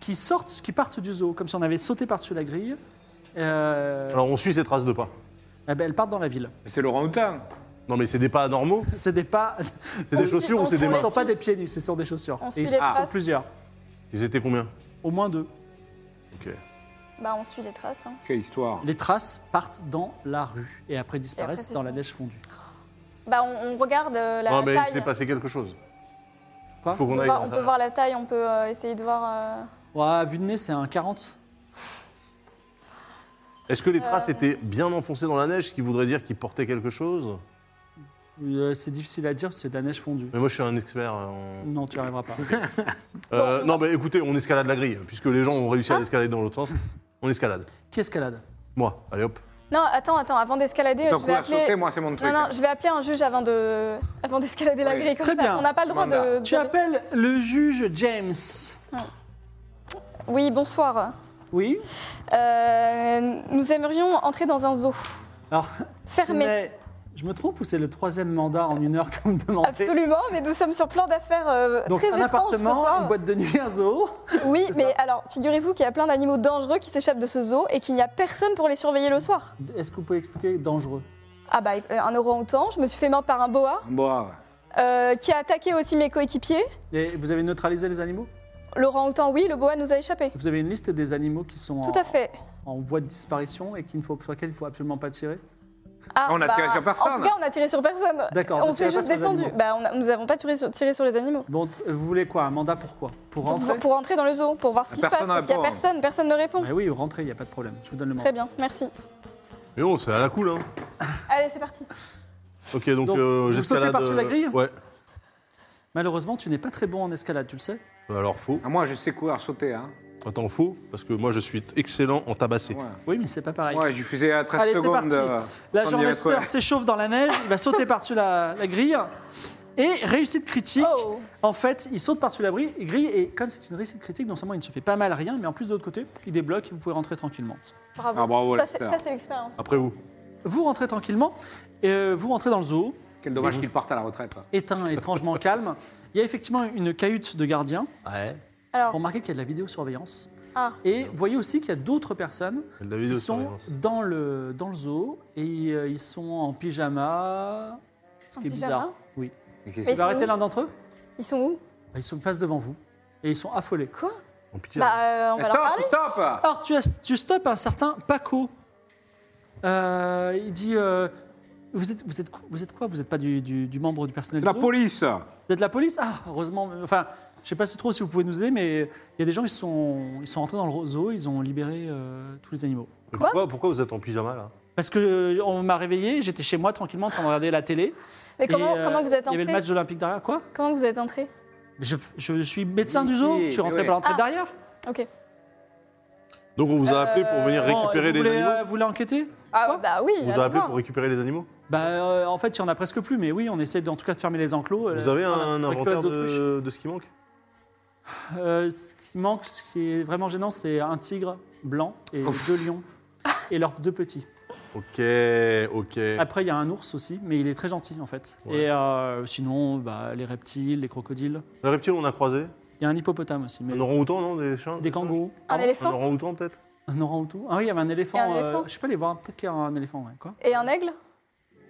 Speaker 1: qui sortent, qui partent du zoo, comme si on avait sauté par-dessus la grille. Euh,
Speaker 2: Alors, on suit ces traces de pas.
Speaker 1: eh ben, elles partent dans la ville.
Speaker 3: C'est Laurent Houtin.
Speaker 2: Non, mais c'est des pas anormaux
Speaker 1: C'est des pas,
Speaker 2: C'est des
Speaker 4: On suit-
Speaker 2: chaussures
Speaker 4: on
Speaker 2: ou c'est
Speaker 4: suit
Speaker 1: ce
Speaker 2: des
Speaker 1: ne
Speaker 4: les-
Speaker 1: sont
Speaker 2: mains
Speaker 1: pas des pieds nus, ce sont des chaussures.
Speaker 4: On suit
Speaker 1: Et ils
Speaker 4: les
Speaker 1: sont
Speaker 4: traces.
Speaker 1: plusieurs,
Speaker 2: Ils étaient combien
Speaker 1: au moins deux.
Speaker 2: Ok.
Speaker 4: Bah, on suit les traces. hein.
Speaker 3: Quelle histoire.
Speaker 1: Les traces partent dans la rue et après disparaissent
Speaker 4: c'est
Speaker 1: dans la
Speaker 4: fini.
Speaker 1: neige fondue.
Speaker 4: Bah, on, on regarde euh, la
Speaker 2: Non, mais il
Speaker 4: taille.
Speaker 2: s'est passé quelque chose.
Speaker 1: Quoi
Speaker 2: Faut
Speaker 4: on
Speaker 2: qu'on
Speaker 4: peut,
Speaker 2: aille.
Speaker 4: voir, on
Speaker 2: dans
Speaker 4: peut
Speaker 2: ça.
Speaker 4: voir la taille, on peut euh, essayer de voir. euh,
Speaker 1: Ouais, vu de nez, c'est un 40.
Speaker 2: Est-ce que les
Speaker 4: Euh,
Speaker 2: traces étaient bien enfoncées dans la neige, ce qui voudrait dire qu'ils portaient quelque chose
Speaker 1: Euh, C'est difficile à dire, c'est de la neige fondue.
Speaker 2: Mais moi, je suis un expert en.
Speaker 1: Non, tu n'y arriveras pas.
Speaker 2: Euh, non, mais écoutez, on escalade la grille, puisque les gens ont réussi
Speaker 4: Hein
Speaker 2: à l'escalader dans l'autre sens. On escalade.
Speaker 1: Qui escalade
Speaker 2: Moi, allez hop.
Speaker 4: Non, attends, attends, avant d'escalader,
Speaker 3: Tant
Speaker 4: je
Speaker 3: qu'on
Speaker 4: vais
Speaker 3: a sauté,
Speaker 4: appeler.
Speaker 3: moi, c'est mon truc.
Speaker 4: Non, non, je vais appeler un juge avant de, avant d'escalader la
Speaker 3: Oui.
Speaker 4: grille comme
Speaker 1: Très
Speaker 4: ça.
Speaker 1: bien.
Speaker 4: On n'a pas le droit
Speaker 3: Mandat.
Speaker 4: de.
Speaker 1: Tu
Speaker 4: de-
Speaker 1: appelles le juge James.
Speaker 4: Oui, bonsoir.
Speaker 1: Oui
Speaker 4: Euh, nous aimerions entrer dans un zoo.
Speaker 1: Alors,
Speaker 4: Fermé.
Speaker 1: Sidney, je me trompe ou c'est le troisième mandat en une heure qu'on me demandait
Speaker 4: Absolument, mais nous sommes sur plan d'affaires euh,
Speaker 1: Donc
Speaker 4: très
Speaker 1: un
Speaker 4: étrange ce
Speaker 1: appartement,
Speaker 4: soir.
Speaker 1: une boîte de nuit, un zoo.
Speaker 4: Oui,
Speaker 1: C'est
Speaker 4: mais
Speaker 1: ça.
Speaker 4: alors, figurez-vous qu'il y a plein d'animaux dangereux qui s'échappent de ce zoo et qu'il n'y a personne pour les surveiller le soir.
Speaker 1: Est-ce que vous pouvez expliquer dangereux
Speaker 4: Ah bah, euh, un orang-outan, je me suis fait mordre par un boa,
Speaker 3: Bon, ouais.
Speaker 4: euh, qui a attaqué aussi mes coéquipiers.
Speaker 1: Et vous avez neutralisé les animaux
Speaker 4: L'orang-outan, oui, le boa nous a échappé.
Speaker 1: Vous avez une liste des animaux qui sont en,
Speaker 4: Tout à fait.
Speaker 1: en voie de disparition et qu'il ne faut, sur lesquels il ne faut absolument pas tirer
Speaker 4: Ah,
Speaker 3: On a tiré sur personne.
Speaker 4: En tout cas, on a tiré sur personne.
Speaker 1: D'accord, on
Speaker 4: On
Speaker 1: a tiré
Speaker 4: s'est
Speaker 1: pas
Speaker 4: juste
Speaker 1: sur les
Speaker 4: défendu.
Speaker 1: animaux.
Speaker 4: Bah, on a- nous n'avons pas tiré sur, tiré sur les animaux.
Speaker 1: Bon, t- vous voulez quoi Un mandat pour quoi Pour
Speaker 4: Pour,
Speaker 1: rentrer
Speaker 4: pour entrer dans le zoo, pour voir ce qui se
Speaker 3: Personne
Speaker 4: passe, parce qu'il n'y a
Speaker 3: répond.
Speaker 4: personne, personne ne répond.
Speaker 1: Mais Oui, rentrez, il n'y a pas de problème. Je vous donne le mandat.
Speaker 4: Très bien, merci.
Speaker 2: Mais bon, c'est à la cool, hein.
Speaker 4: Allez, c'est parti.
Speaker 2: Ok, donc,
Speaker 1: Donc,
Speaker 2: euh,
Speaker 1: vous
Speaker 2: j'escalade.
Speaker 1: sautez par-dessus
Speaker 2: euh,
Speaker 1: la grille
Speaker 2: Ouais.
Speaker 1: Malheureusement, tu n'es pas très bon en escalade, tu le sais
Speaker 2: Euh, Alors, faux.
Speaker 3: Ah, moi, je sais courir, sauter. Hein.
Speaker 2: Attends, faux, parce que moi, je suis excellent en tabassé.
Speaker 3: Ouais.
Speaker 1: Oui, mais c'est pas pareil.
Speaker 3: Ouais, je faisais à 13
Speaker 1: Allez, c'est
Speaker 3: secondes.
Speaker 1: parti.
Speaker 3: euh, sans
Speaker 1: L'agent
Speaker 3: dire
Speaker 1: Lester
Speaker 3: quoi.
Speaker 1: s'échauffe dans la neige, il va sauter par-dessus la, la grille. Et réussite critique.
Speaker 4: Oh.
Speaker 1: En fait, il saute par-dessus la grille, grille et comme c'est une réussite critique, non seulement il ne se fait pas mal à rien, mais en plus de l'autre côté, il débloque et vous pouvez rentrer tranquillement.
Speaker 4: Bravo.
Speaker 3: Ah, bravo,
Speaker 4: ça, c'est
Speaker 3: Lester.
Speaker 4: ça, c'est
Speaker 1: Ah,
Speaker 4: l'expérience.
Speaker 2: Après vous.
Speaker 1: Vous rentrez tranquillement, et euh, vous rentrez dans le zoo,
Speaker 3: Quel dommage qu'il parte à la retraite.
Speaker 1: éteint, étrangement calme. Il y a effectivement une cahute de gardien.
Speaker 2: Ouais.
Speaker 4: Alors,
Speaker 1: Remarquez qu'il y a de la vidéosurveillance.
Speaker 4: ah,
Speaker 1: Et vous voyez aussi qu'il y a d'autres personnes
Speaker 2: De la
Speaker 1: qui sont
Speaker 2: vidéosurveillance.
Speaker 1: dans le, dans le zoo et euh, ils sont en pyjama. Ce
Speaker 4: En
Speaker 1: qui est
Speaker 4: pyjama
Speaker 1: bizarre. Oui.
Speaker 4: Mais
Speaker 1: Vous
Speaker 4: sont
Speaker 1: arrêtez
Speaker 4: où
Speaker 1: l'un d'entre eux
Speaker 4: ils sont où
Speaker 1: Ils sont passent devant vous et ils sont affolés.
Speaker 4: Quoi
Speaker 2: En pitié. hein.
Speaker 4: Bah, euh,
Speaker 1: Eh,
Speaker 4: on va leur
Speaker 3: Stop,
Speaker 4: parler.
Speaker 3: stop
Speaker 1: Alors, tu, as- tu stoppes un certain Paco. Euh, il dit euh, vous, êtes, vous, êtes, co- vous êtes quoi Vous n'êtes pas du, du- du membre du personnel
Speaker 3: C'est
Speaker 1: du
Speaker 3: la
Speaker 1: zoo
Speaker 3: police.
Speaker 1: Vous êtes la police Ah, heureusement. Enfin, je sais pas si trop si vous pouvez nous aider, mais il y a des gens qui sont, ils sont rentrés dans le zoo, ils ont libéré euh, tous les animaux.
Speaker 2: Mais pourquoi, pourquoi vous êtes en pyjama, là
Speaker 1: Parce que euh, on m'a réveillé, j'étais chez moi tranquillement en train de regarder la télé.
Speaker 4: Mais comment,
Speaker 1: et, euh,
Speaker 4: comment vous êtes
Speaker 1: Il y avait le
Speaker 4: entré
Speaker 1: match olympique derrière. Quoi
Speaker 4: Comment vous êtes entré
Speaker 1: Mais Je, je suis médecin du zoo,
Speaker 3: Ici,
Speaker 1: je suis rentré
Speaker 3: ouais.
Speaker 1: par l'entrée
Speaker 4: Ah.
Speaker 1: derrière.
Speaker 4: Ok.
Speaker 2: Donc on vous a appelé pour venir
Speaker 4: Euh,
Speaker 1: Bon,
Speaker 2: récupérer
Speaker 1: vous,
Speaker 2: les
Speaker 1: voulez,
Speaker 2: animaux
Speaker 1: euh, vous voulez enquêter
Speaker 4: Ah, bah oui.
Speaker 2: On vous a
Speaker 4: alors
Speaker 2: appelé
Speaker 4: là.
Speaker 2: pour récupérer les animaux
Speaker 1: Bah, euh, en fait, il y en a presque plus, mais oui, on essaie d- en tout cas de fermer les enclos. euh,
Speaker 2: Vous avez
Speaker 1: voilà,
Speaker 2: un
Speaker 1: récupérer
Speaker 2: inventaire
Speaker 1: les autruches.
Speaker 2: de, de ce qui manque
Speaker 1: Euh, ce qui manque, ce qui est vraiment gênant, c'est un tigre blanc et
Speaker 3: Ouf.
Speaker 1: deux lions et leurs deux petits.
Speaker 2: Ok, ok.
Speaker 1: Après, il y a un ours aussi, mais il est très gentil en fait.
Speaker 2: Ouais.
Speaker 1: Et euh, sinon, bah, les reptiles, les crocodiles.
Speaker 2: Le reptile, on a croisé.
Speaker 1: Il y a un hippopotame aussi, mais
Speaker 2: Un orang-outan, non Des chiens
Speaker 1: des kangourous.
Speaker 4: Un
Speaker 1: Pardon
Speaker 2: Un
Speaker 4: éléphant
Speaker 2: orang-outan, peut-être
Speaker 1: Un orang-outan. Ah oui, il y avait un éléphant.
Speaker 4: Et un
Speaker 1: euh,
Speaker 4: éléphant.
Speaker 1: je sais pas les voir. Peut-être qu'il y a un éléphant. Ouais. Quoi
Speaker 4: et un aigle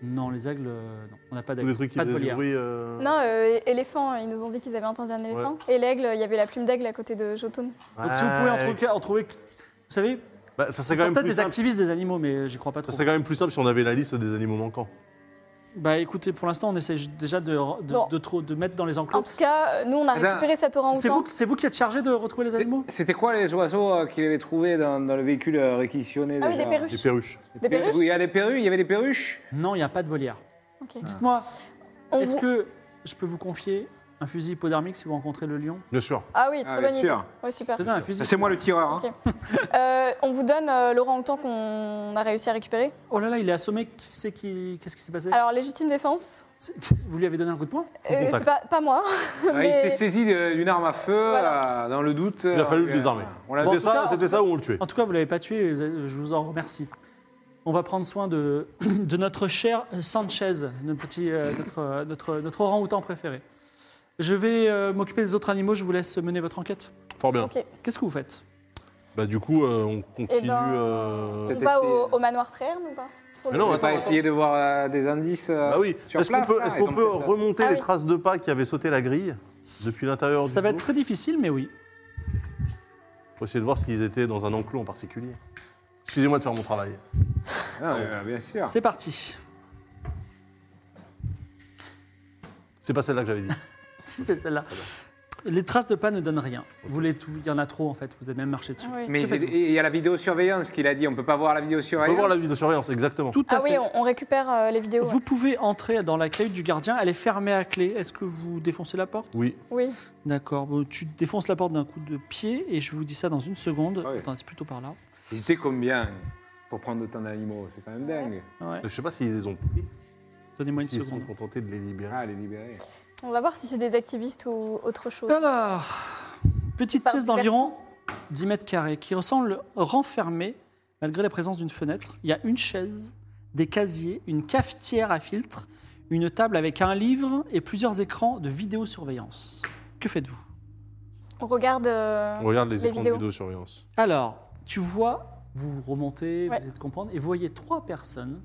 Speaker 1: Non, les aigles. euh, non, on n'a pas
Speaker 2: Ou
Speaker 1: d'aigles.
Speaker 2: des trucs qui
Speaker 1: pas de
Speaker 2: faisaient du
Speaker 1: volière.
Speaker 2: bruit euh,
Speaker 4: Non, euh, éléphant, ils nous ont dit qu'ils avaient entendu un éléphant. Et l'aigle, il y avait la plume d'aigle à côté de Jotun.
Speaker 1: Donc si vous pouvez en,
Speaker 2: ouais.
Speaker 1: trouver- en trouver, vous savez,
Speaker 2: Bah, ça
Speaker 1: c'est
Speaker 2: serait quand même
Speaker 1: peut-être
Speaker 2: plus
Speaker 1: des
Speaker 2: simple.
Speaker 1: activistes des animaux, mais j'y crois pas
Speaker 2: Ça
Speaker 1: trop.
Speaker 2: serait quand même plus simple si on avait la liste des animaux manquants.
Speaker 1: Bah écoutez, pour l'instant, on essaie déjà de, de,
Speaker 4: Bon.
Speaker 1: de trop, de mettre dans les
Speaker 4: En
Speaker 1: enclos.
Speaker 4: tout cas, euh, nous, on a
Speaker 3: Attends.
Speaker 4: récupéré cet
Speaker 1: Eh ben, C'est
Speaker 4: orang-outan.
Speaker 1: vous, c'est vous qui êtes chargé de retrouver les animaux
Speaker 3: C'était quoi les oiseaux euh, qu'il avait trouvés dans, dans le véhicule euh, réquisitionné
Speaker 4: Ah oui,
Speaker 3: déjà
Speaker 4: des perruches.
Speaker 2: Des perruches.
Speaker 4: Des perruches
Speaker 3: Oui, Il y, a des perruches, il y avait des perruches
Speaker 1: Non, il n'y a pas de volière.
Speaker 4: Ok.
Speaker 1: Ah. Dites-moi,
Speaker 4: On
Speaker 1: est-ce
Speaker 4: vous-
Speaker 1: que je peux vous confier un fusil hypodermique si vous rencontrez le lion
Speaker 2: Bien sûr.
Speaker 4: Ah oui, très
Speaker 3: Ah, bien
Speaker 4: bonne idée.
Speaker 3: sûr.
Speaker 4: Ouais, super.
Speaker 1: Tenez, un fusil.
Speaker 3: C'est moi le tireur. hein.
Speaker 4: Ok. Euh, on vous donne euh, l'orang-outan qu'on a réussi à récupérer.
Speaker 1: Oh là là, il est assommé. Qui c'est qui Qu'est-ce qui s'est passé
Speaker 4: Alors, légitime défense,
Speaker 1: C'est- Vous lui avez donné un coup de poing
Speaker 4: euh,
Speaker 2: contact.
Speaker 4: c'est pas, pas moi.
Speaker 3: Ah, Il
Speaker 4: Mais-
Speaker 3: s'est saisi de- d'une arme à feu,
Speaker 4: Voilà.
Speaker 3: euh, dans le doute.
Speaker 2: Il a
Speaker 3: euh,
Speaker 2: fallu
Speaker 3: on-
Speaker 2: le désarmer.
Speaker 3: On l'a
Speaker 1: Bon, en
Speaker 2: C'était
Speaker 1: tout cas, en
Speaker 2: ça,
Speaker 1: tout
Speaker 2: c'était ça ou on le tuait
Speaker 1: En tout cas, vous l'avez pas tué, vous avez- je vous en remercie. On va prendre soin de, de notre cher Sanchez, notre, petit, euh, notre, euh, notre, notre orang-outan préféré. Je vais euh, m'occuper des autres animaux, je vous laisse mener votre enquête.
Speaker 2: Fort bien.
Speaker 4: Ok.
Speaker 1: Qu'est-ce que vous faites
Speaker 2: Bah du coup, euh, on
Speaker 1: Eh
Speaker 2: continue...
Speaker 4: ben,
Speaker 2: euh,
Speaker 4: On
Speaker 3: Peut-être
Speaker 4: va
Speaker 3: essayer.
Speaker 4: au, au manoir Tréherne ou pas Pour
Speaker 2: Mais non,
Speaker 4: le-
Speaker 3: Ah
Speaker 2: attends,
Speaker 3: On va pas
Speaker 2: attends.
Speaker 3: essayer de voir euh, des indices. euh,
Speaker 2: Bah oui.
Speaker 3: sur
Speaker 2: Est-ce qu'on
Speaker 3: place,
Speaker 2: peut,
Speaker 3: là,
Speaker 2: est-ce
Speaker 3: ils
Speaker 2: qu'on
Speaker 3: ont
Speaker 2: peut
Speaker 1: euh,
Speaker 3: peut-être-
Speaker 2: remonter
Speaker 4: Ah
Speaker 2: les
Speaker 4: oui.
Speaker 2: traces de pas qui avaient sauté la grille depuis l'intérieur du
Speaker 1: Ça va
Speaker 2: zoo
Speaker 1: être très difficile, mais oui.
Speaker 2: Faut essayer de voir s'ils étaient dans un enclos en particulier. Excusez-moi de faire mon travail.
Speaker 3: Ah, euh, bien sûr.
Speaker 1: C'est parti.
Speaker 2: C'est pas celle-là que j'avais dit.
Speaker 1: Si c'est
Speaker 3: Ah
Speaker 1: celle-là.
Speaker 3: bah.
Speaker 1: Les traces de pas ne donnent rien. Vous les tout, il y en a trop en fait, vous avez même marché dessus.
Speaker 4: Ah oui,
Speaker 3: Mais
Speaker 1: Que
Speaker 3: c'est-
Speaker 1: faites-vous
Speaker 3: il y a la vidéosurveillance qu'il a dit, on peut pas voir la
Speaker 2: On peut
Speaker 3: vidéosurveillance.
Speaker 2: voir la vidéosurveillance, exactement.
Speaker 1: Tout à
Speaker 4: Ah oui,
Speaker 1: fait.
Speaker 4: on, on récupère euh, les vidéos.
Speaker 1: Vous
Speaker 4: ouais.
Speaker 1: pouvez entrer dans la cahute du gardien, elle est fermée à clé. Est-ce que vous défoncez la porte
Speaker 2: Oui.
Speaker 4: Oui.
Speaker 1: D'accord, bon, tu défonces la porte d'un coup de pied et je vous dis ça dans une seconde.
Speaker 3: Ah oui.
Speaker 1: Attends, c'est plutôt par là.
Speaker 3: Ils étaient combien pour prendre autant d'animaux C'est quand même dingue.
Speaker 1: Ouais.
Speaker 2: Je sais pas s'ils les ont pris.
Speaker 1: Donnez-moi une
Speaker 2: S'ils se sont
Speaker 1: seconde.
Speaker 2: contentés de les libérer.
Speaker 3: Ah, les libérer.
Speaker 4: On va voir si c'est des activistes ou autre chose.
Speaker 1: Alors, petite
Speaker 4: Par
Speaker 1: pièce d'environ 10 mètres carrés qui ressemble renfermée malgré la présence d'une fenêtre. Il y a une chaise, des casiers, une cafetière à filtre, une table avec un livre et plusieurs écrans de vidéosurveillance. Que faites-vous
Speaker 4: On regarde.
Speaker 1: Ah,
Speaker 4: euh,
Speaker 2: On regarde les,
Speaker 4: Les
Speaker 2: écrans
Speaker 4: vidéos.
Speaker 2: de vidéosurveillance.
Speaker 1: Alors, tu vois, vous remontez,
Speaker 4: Ouais.
Speaker 1: vous êtes comprendre, et vous voyez trois personnes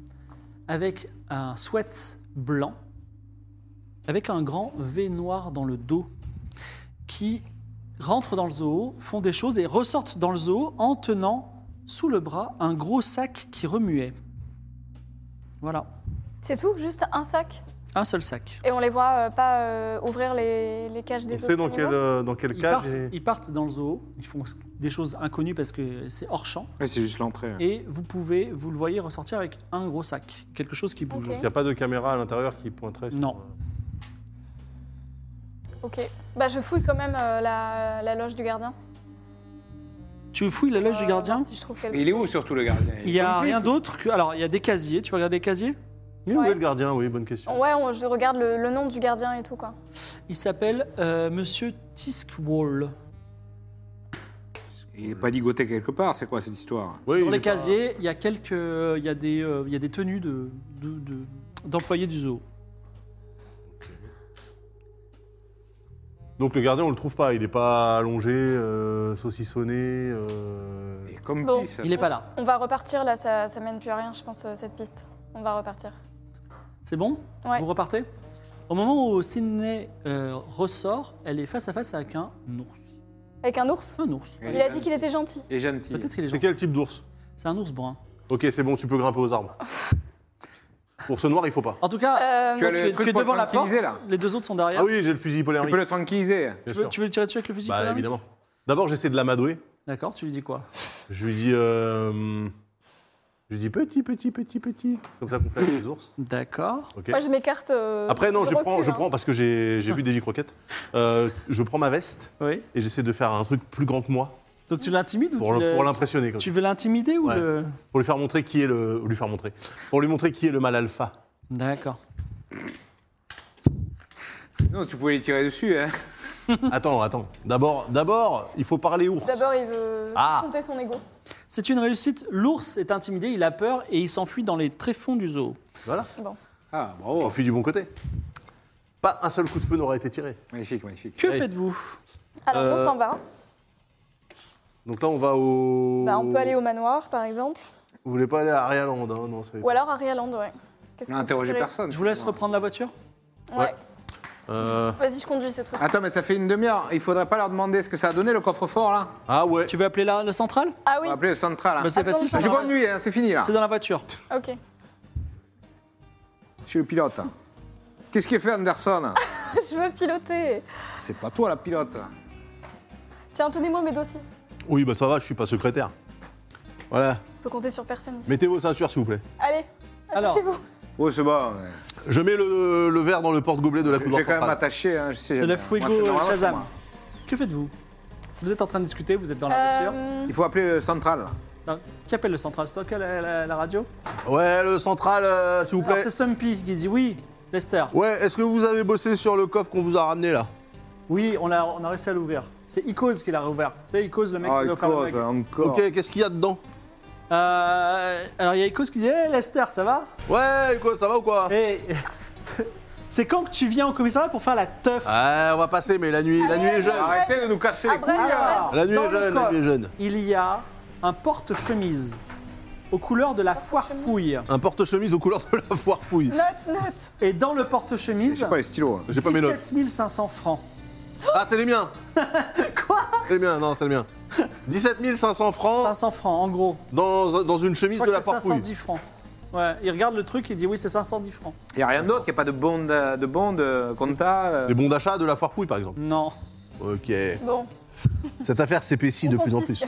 Speaker 1: avec un sweat blanc, avec un grand V noir dans le dos, qui rentrent dans le zoo, font des choses et ressortent dans le zoo en tenant sous le bras un gros sac qui remuait. Voilà,
Speaker 4: C'est tout Juste un sac
Speaker 1: un seul sac.
Speaker 4: Et on les voit euh, pas euh, ouvrir les, les cages des
Speaker 2: On
Speaker 4: autres
Speaker 2: sait dans
Speaker 4: animaux
Speaker 2: quel, euh, dans quel
Speaker 1: Ils
Speaker 2: cas
Speaker 1: partent, ils partent dans le zoo, ils font des choses inconnues parce que c'est hors champ,
Speaker 3: c'est juste l'entrée. hein.
Speaker 1: et vous pouvez, vous le voyez ressortir avec un gros sac, quelque chose qui bouge.
Speaker 4: Ok.
Speaker 2: Il n'y a pas de caméra à l'intérieur qui pointerait sur- euh,
Speaker 1: Non.
Speaker 4: Ok. Bah, je fouille quand même euh, la, la loge du gardien.
Speaker 1: Tu fouilles la loge du
Speaker 4: Euh,
Speaker 1: gardien
Speaker 4: voir Si je trouve quelque
Speaker 3: Mais il est où surtout le gardien
Speaker 1: Il n'y a
Speaker 3: complice,
Speaker 1: rien
Speaker 3: ou-
Speaker 1: d'autre que. Alors, il y a des casiers. Tu vas regarder les casiers
Speaker 2: Il est où
Speaker 4: Ouais.
Speaker 2: est le gardien Oui, bonne question.
Speaker 4: Ouais, on- je regarde le, le nom du gardien et tout, quoi.
Speaker 1: Il s'appelle euh, Monsieur Tiskwall.
Speaker 3: Il n'est pas ligoté quelque part, c'est quoi cette histoire
Speaker 2: Oui,
Speaker 1: Dans
Speaker 2: il
Speaker 1: les
Speaker 2: est pas-
Speaker 1: casiers, il y a quelques. Il y a des, euh, il y a des tenues de, de- de- d'employés du zoo.
Speaker 2: Donc le gardien, on le trouve pas. Il est pas allongé, euh, saucissonné. euh,
Speaker 3: Et comme
Speaker 4: Bon.
Speaker 3: pisse.
Speaker 1: Il n'est pas là.
Speaker 4: On va repartir, là, ça, ça mène plus à rien, je pense, euh, cette piste. On va repartir.
Speaker 1: C'est bon
Speaker 4: Ouais.
Speaker 1: Vous repartez Au moment où Sydney euh, ressort, elle est face à face avec un ours.
Speaker 4: Avec un ours
Speaker 1: Un ours.
Speaker 3: Elle
Speaker 4: Il
Speaker 3: est
Speaker 4: a dit qu'il était gentil.
Speaker 3: Et gentil.
Speaker 1: Peut-être il est
Speaker 2: C'est
Speaker 1: gentil.
Speaker 2: quel type d'ours
Speaker 1: C'est un ours brun.
Speaker 2: Ok, c'est bon, tu peux grimper aux arbres. Ours noir, il faut pas.
Speaker 1: En tout cas,
Speaker 4: Euh,
Speaker 3: Tu as
Speaker 1: tu
Speaker 3: le
Speaker 1: es,
Speaker 3: truc
Speaker 1: tu es
Speaker 3: pour
Speaker 1: devant la porte.
Speaker 3: tranquilliser, là.
Speaker 1: Les deux autres sont derrière.
Speaker 2: Ah oui, j'ai le fusil
Speaker 3: Tu
Speaker 2: hypodermique.
Speaker 3: peux le tranquilliser.
Speaker 2: bien
Speaker 1: tu, veux,
Speaker 2: sûr.
Speaker 1: tu veux le tirer dessus avec le fusil
Speaker 2: Bah
Speaker 1: Colin
Speaker 2: évidemment. D'abord, j'essaie de l'amadouer.
Speaker 1: D'accord, tu lui dis quoi
Speaker 2: Je lui dis, euh, Je dis petit, petit, petit, petit. C'est comme ça qu'on fait avec les ours.
Speaker 1: D'accord.
Speaker 2: Ok.
Speaker 4: Moi, je m'écarte. euh,
Speaker 2: Après, non, je
Speaker 4: recule,
Speaker 2: prends, je
Speaker 4: hein.
Speaker 2: prends parce que j'ai j'ai vu Davy Croquette. Euh, je prends ma veste
Speaker 1: Oui.
Speaker 2: et j'essaie de faire un truc plus grand que moi
Speaker 1: Donc tu l'intimides ou
Speaker 2: pour
Speaker 1: tu
Speaker 2: le-
Speaker 1: le-
Speaker 2: pour l'impressionner. comme ça.
Speaker 1: Tu veux l'intimider ou
Speaker 2: Ouais.
Speaker 1: le.
Speaker 2: Pour lui faire montrer qui est le, lui faire montrer. Pour lui montrer qui est le mal alpha.
Speaker 1: D'accord.
Speaker 3: Non, tu pouvais les tirer dessus, hein.
Speaker 2: Attends, attends. D'abord, d'abord, il faut parler ours.
Speaker 4: D'abord, il veut
Speaker 2: Ah.
Speaker 4: compter son ego.
Speaker 1: C'est une réussite. L'ours est intimidé, il a peur et il s'enfuit dans les tréfonds du zoo.
Speaker 2: Voilà.
Speaker 3: Ah,
Speaker 2: On
Speaker 3: bravo.
Speaker 2: fuit du bon côté. Pas un seul coup de feu n'aura été tiré.
Speaker 3: Magnifique, magnifique.
Speaker 1: Que
Speaker 2: Oui.
Speaker 1: faites-vous
Speaker 4: Alors,
Speaker 2: Euh,
Speaker 4: on s'en va.
Speaker 2: Donc là, on va au.
Speaker 4: Bah, on peut aller au manoir, par exemple.
Speaker 2: Vous voulez pas aller à Arialand, hein Non, ça va être-
Speaker 4: Ou alors à Rialand, ouais. Qu'est-ce
Speaker 3: On a
Speaker 4: qu'on
Speaker 3: interrogé
Speaker 4: pourrait-
Speaker 3: personne.
Speaker 1: Je vous laisse reprendre la voiture
Speaker 4: Ouais.
Speaker 2: Euh,
Speaker 4: Vas-y, je conduis cette fois-ci.
Speaker 3: Attends, mais ça fait une demi-heure. Il faudrait pas leur demander ce que ça a donné le coffre-fort, là.
Speaker 2: Ah ouais.
Speaker 1: Tu veux appeler la, le central
Speaker 4: Ah
Speaker 3: On
Speaker 4: oui,
Speaker 3: va appeler le central.
Speaker 1: Bah,
Speaker 3: Hein.
Speaker 1: C'est
Speaker 4: Attends,
Speaker 1: facile,
Speaker 4: ça
Speaker 1: c'est
Speaker 3: Je
Speaker 4: va.
Speaker 1: dans,
Speaker 3: conduis, hein, c'est fini, là.
Speaker 1: c'est dans la voiture.
Speaker 4: ok.
Speaker 3: Je suis le pilote. Qu'est-ce qu'il fait, Anderson
Speaker 4: je veux piloter.
Speaker 3: C'est pas toi, la pilote.
Speaker 4: Tiens, tenez-moi mes dossiers.
Speaker 2: Oui, bah ça va. Je suis pas secrétaire. Voilà.
Speaker 4: On peut compter sur personne ici.
Speaker 2: Mettez vos ceintures, s'il vous plaît.
Speaker 4: Allez,
Speaker 1: Alors.
Speaker 4: chez vous.
Speaker 3: Oh, c'est bon. ouais.
Speaker 2: Je mets le, le verre dans le porte-gobelet de la
Speaker 3: J'ai
Speaker 2: couloir
Speaker 3: quand même
Speaker 2: centrale.
Speaker 3: attaché, hein, je
Speaker 1: C'est
Speaker 3: sais jamais.
Speaker 1: le
Speaker 3: Moi, c'est
Speaker 1: Fuego
Speaker 3: normal, c'est
Speaker 1: Shazam.
Speaker 3: moi.
Speaker 1: Que faites-vous Vous êtes en train de discuter, vous êtes dans la voiture.
Speaker 4: Euh,
Speaker 3: Il faut appeler le central. là.
Speaker 1: Non, qui appelle le central C'est toi qui as la, la- la radio
Speaker 2: Ouais, le central, euh, s'il vous
Speaker 1: Alors
Speaker 2: plaît.
Speaker 1: c'est Stumpy qui dit oui, Lester.
Speaker 2: Ouais, est-ce que vous avez bossé sur le coffre qu'on vous a ramené là
Speaker 1: Oui, on a, on a réussi à l'ouvrir. C'est Icos qui l'a réouvert. C'est Icos, le
Speaker 2: Ah,
Speaker 1: mec qui nous a offert le mug.
Speaker 3: Ah, encore.
Speaker 2: Ok, qu'est-ce qu'il y a dedans
Speaker 1: Euh, alors il y a Icos qui dit Hé Lester, ça va
Speaker 2: Ouais, quoi, ça va ou quoi
Speaker 1: Et c'est quand que tu viens au commissariat pour faire la teuf
Speaker 2: Ah, on va passer, mais la nuit, la nuit est jeune.
Speaker 3: Arrêtez de nous casser
Speaker 4: Ah,
Speaker 3: les couilles.
Speaker 4: bref,
Speaker 3: là.
Speaker 1: bref.
Speaker 2: La nuit
Speaker 1: Dans
Speaker 2: est
Speaker 1: le
Speaker 2: jeune, la
Speaker 1: coffre.
Speaker 2: nuit est jeune.
Speaker 1: Il y a un porte-chemise aux couleurs de la foire fouille.
Speaker 2: Un porte-chemise aux couleurs de la foire fouille.
Speaker 4: Note, note.
Speaker 1: Et dans le
Speaker 3: Je
Speaker 1: porte-chemise,
Speaker 3: sais pas les stylos. hein.
Speaker 2: J'ai pas mes notes.
Speaker 1: 17 500 francs.
Speaker 2: Ah, c'est les miens
Speaker 1: Quoi
Speaker 2: C'est les miens, non, c'est les miens. 17 500 francs
Speaker 1: 500 francs, en gros.
Speaker 2: dans, dans une
Speaker 1: Je
Speaker 2: chemise
Speaker 1: crois
Speaker 2: de
Speaker 1: que
Speaker 2: la
Speaker 1: c'est
Speaker 2: foire fouille.
Speaker 1: 510 francs. Ouais, il regarde le truc, il dit oui, c'est 510 francs.
Speaker 3: Il n'y a rien d'autre, il n'y a pas de bond, euh, de bond, euh, compta. euh.
Speaker 2: Des bons d'achat de la foire fouille, par exemple.
Speaker 1: Non.
Speaker 2: Ok.
Speaker 4: Bon.
Speaker 2: Cette affaire s'épaissit de
Speaker 4: on
Speaker 2: plus en plus.
Speaker 4: confisque.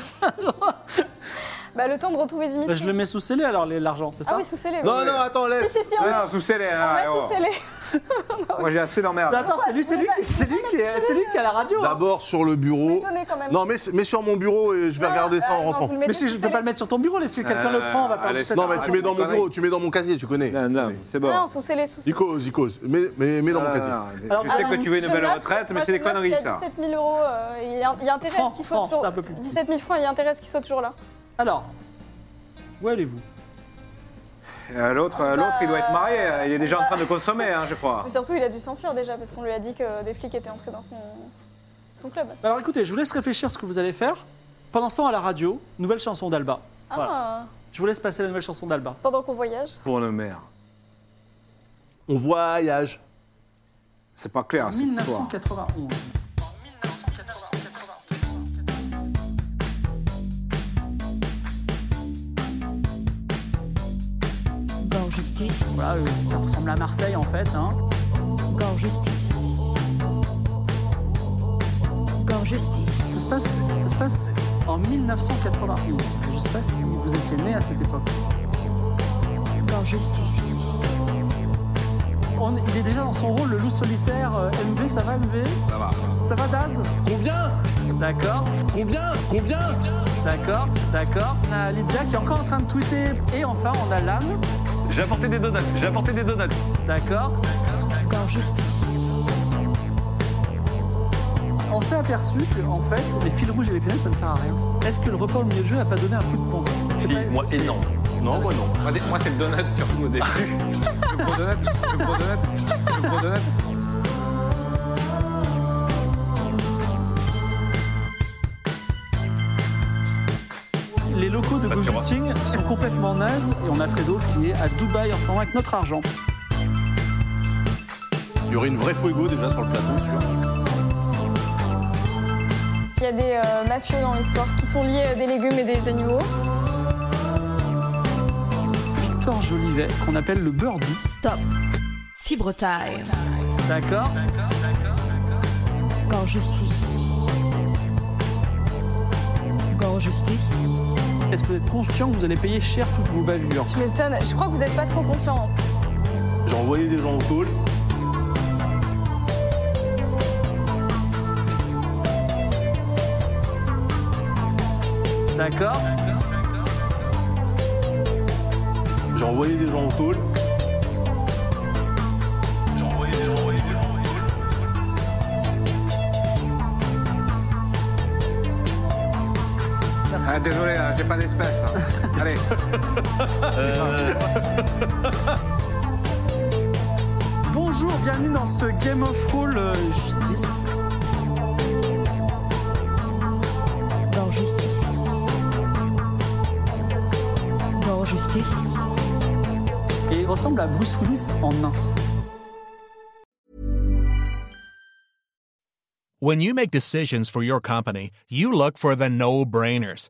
Speaker 4: bah, le temps de retrouver Dimitri.
Speaker 1: Bah, je le mets sous scellé alors, les- l'argent, c'est
Speaker 4: Ah
Speaker 1: ça
Speaker 4: oui, sous scellé.
Speaker 2: Non,
Speaker 4: oui.
Speaker 2: non, attends,
Speaker 4: Si,
Speaker 2: laisse.
Speaker 4: si, si, on
Speaker 3: Non,
Speaker 4: va
Speaker 3: non, sous scellé.
Speaker 4: on
Speaker 3: là,
Speaker 4: va
Speaker 3: oh.
Speaker 4: sous scellé.
Speaker 3: Moi, j'ai assez d'emmerde.
Speaker 1: Bah, Attends, c'est lui, c'est lui, qui- c'est lui qui est c'est lui qui a la radio. hein.
Speaker 2: D'abord sur le bureau.
Speaker 4: Étonné quand même.
Speaker 2: Non, mets, mets sur mon bureau et je vais
Speaker 4: Non,
Speaker 2: regarder ça
Speaker 4: euh,
Speaker 2: en
Speaker 4: non, vous
Speaker 2: rentrant.
Speaker 4: le mettez
Speaker 1: Mais si
Speaker 4: sous
Speaker 1: je peux
Speaker 4: scellé.
Speaker 1: pas le mettre sur ton bureau, là, si quelqu'un le
Speaker 3: Euh,
Speaker 1: prend, on va perdre
Speaker 3: allez,
Speaker 1: cette
Speaker 2: Non, mais tu mets dans mon
Speaker 3: Connerie.
Speaker 2: bureau, tu mets dans mon casier, tu connais.
Speaker 3: Non, non, c'est bon.
Speaker 4: Non, sous scellé, sous scellé.
Speaker 2: Icos, Icos, mets, mets, mets dans mon
Speaker 3: Non,
Speaker 2: casier.
Speaker 3: non, non.
Speaker 1: Alors,
Speaker 3: je sais que
Speaker 1: alors,
Speaker 3: tu veux une
Speaker 4: Je
Speaker 3: belle
Speaker 4: note,
Speaker 3: retraite, mais
Speaker 4: moi,
Speaker 3: c'est des
Speaker 4: je note
Speaker 3: conneries,
Speaker 4: qu'il y a
Speaker 3: ça.
Speaker 4: 17 000 euros, euh, il y a il y a intérêt à
Speaker 1: Francs,
Speaker 4: ce qu'il soit
Speaker 1: francs,
Speaker 4: toujours.
Speaker 1: c'est un peu plus petit.
Speaker 4: 17 000 francs, il y a intérêt à ce qu'il soit toujours là.
Speaker 1: Alors, où allez-vous
Speaker 3: Euh, L'autre, euh, l'autre, il doit être marié. euh, Il est déjà en train de consommer, hein, je crois.
Speaker 4: Mais surtout, il a dû s'enfuir déjà parce qu'on lui a dit que des flics étaient entrés dans son, son club.
Speaker 1: Alors écoutez, je vous laisse réfléchir ce que vous allez faire. Pendant ce temps, à la radio, nouvelle chanson d'Alba.
Speaker 4: Ah,
Speaker 1: Je vous laisse passer la nouvelle chanson d'Alba.
Speaker 4: pendant qu'on voyage.
Speaker 3: Pour le maire.
Speaker 2: On voyage.
Speaker 3: Ah, C'est pas clair, cette histoire.
Speaker 1: 1991.
Speaker 5: Gore Justice,
Speaker 1: Voilà, euh, ça ressemble à Marseille en fait. hein.
Speaker 5: Gore Justice. Gore Justice,
Speaker 1: Ça se passe, ça se passe en 1991. Je ne sais pas si vous étiez né à cette époque.
Speaker 5: Gore Justice,
Speaker 1: On- il est déjà dans son rôle, le loup solitaire. euh, MV, ça va MV
Speaker 3: Ça va.
Speaker 1: Ça va Daz
Speaker 2: Combien
Speaker 1: D'accord,
Speaker 2: Combien Combien
Speaker 1: d'accord, d'accord. On a Lydia qui est encore en train de tweeter. Et enfin, on a Lame.
Speaker 6: J'ai apporté des donuts, j'ai apporté des donuts.
Speaker 1: D'accord.
Speaker 5: Gore Justice,
Speaker 1: On s'est aperçu que, en fait, les fils rouges et les pénales, ça ne sert à rien. Est-ce que le report au milieu de jeu n'a pas donné un coup de pompe
Speaker 6: Si,
Speaker 1: C'était pas-
Speaker 6: moi énorme.
Speaker 2: Non, moi non.
Speaker 6: Moi, des- moi, c'est le donut surtout au début.
Speaker 3: Ah, Le gros donut, le gros donut, le gros donut.
Speaker 1: Les locaux de
Speaker 6: Pas de
Speaker 1: Go
Speaker 6: tiroir.
Speaker 1: Shooting sont complètement nazes et on a Fredo qui est à Dubaï en ce moment avec notre argent.
Speaker 2: Il y aurait une vraie fuego déjà sur le plateau, tu vois.
Speaker 4: Il y a des euh, mafieux dans l'histoire qui sont liés à des légumes et des animaux.
Speaker 1: Victor Jolivet, qu'on appelle le Birdie.
Speaker 5: Stop. Fibre Time.
Speaker 1: D'accord
Speaker 5: Gore Justice. Gore Justice,
Speaker 1: Est-ce que vous êtes conscient que vous allez payer cher toutes vos valures
Speaker 4: Tu m'étonnes. Je crois que vous n'êtes pas trop conscient.
Speaker 2: J'ai envoyé des gens au call.
Speaker 1: D'accord
Speaker 2: J'ai envoyé des gens au call. J'ai envoyé des gens, envoyé des gens, envoyé des gens.
Speaker 3: Ah, désolé, hein, j'ai pas d'espèce. hein. Allez,
Speaker 1: Bonjour, bienvenue dans ce Game of Roll euh, Justice.
Speaker 5: Dans justice. Dans justice.
Speaker 1: Et il ressemble à Bruce Willis en nain.
Speaker 7: When you make decisions for your company, you look for the no brainers.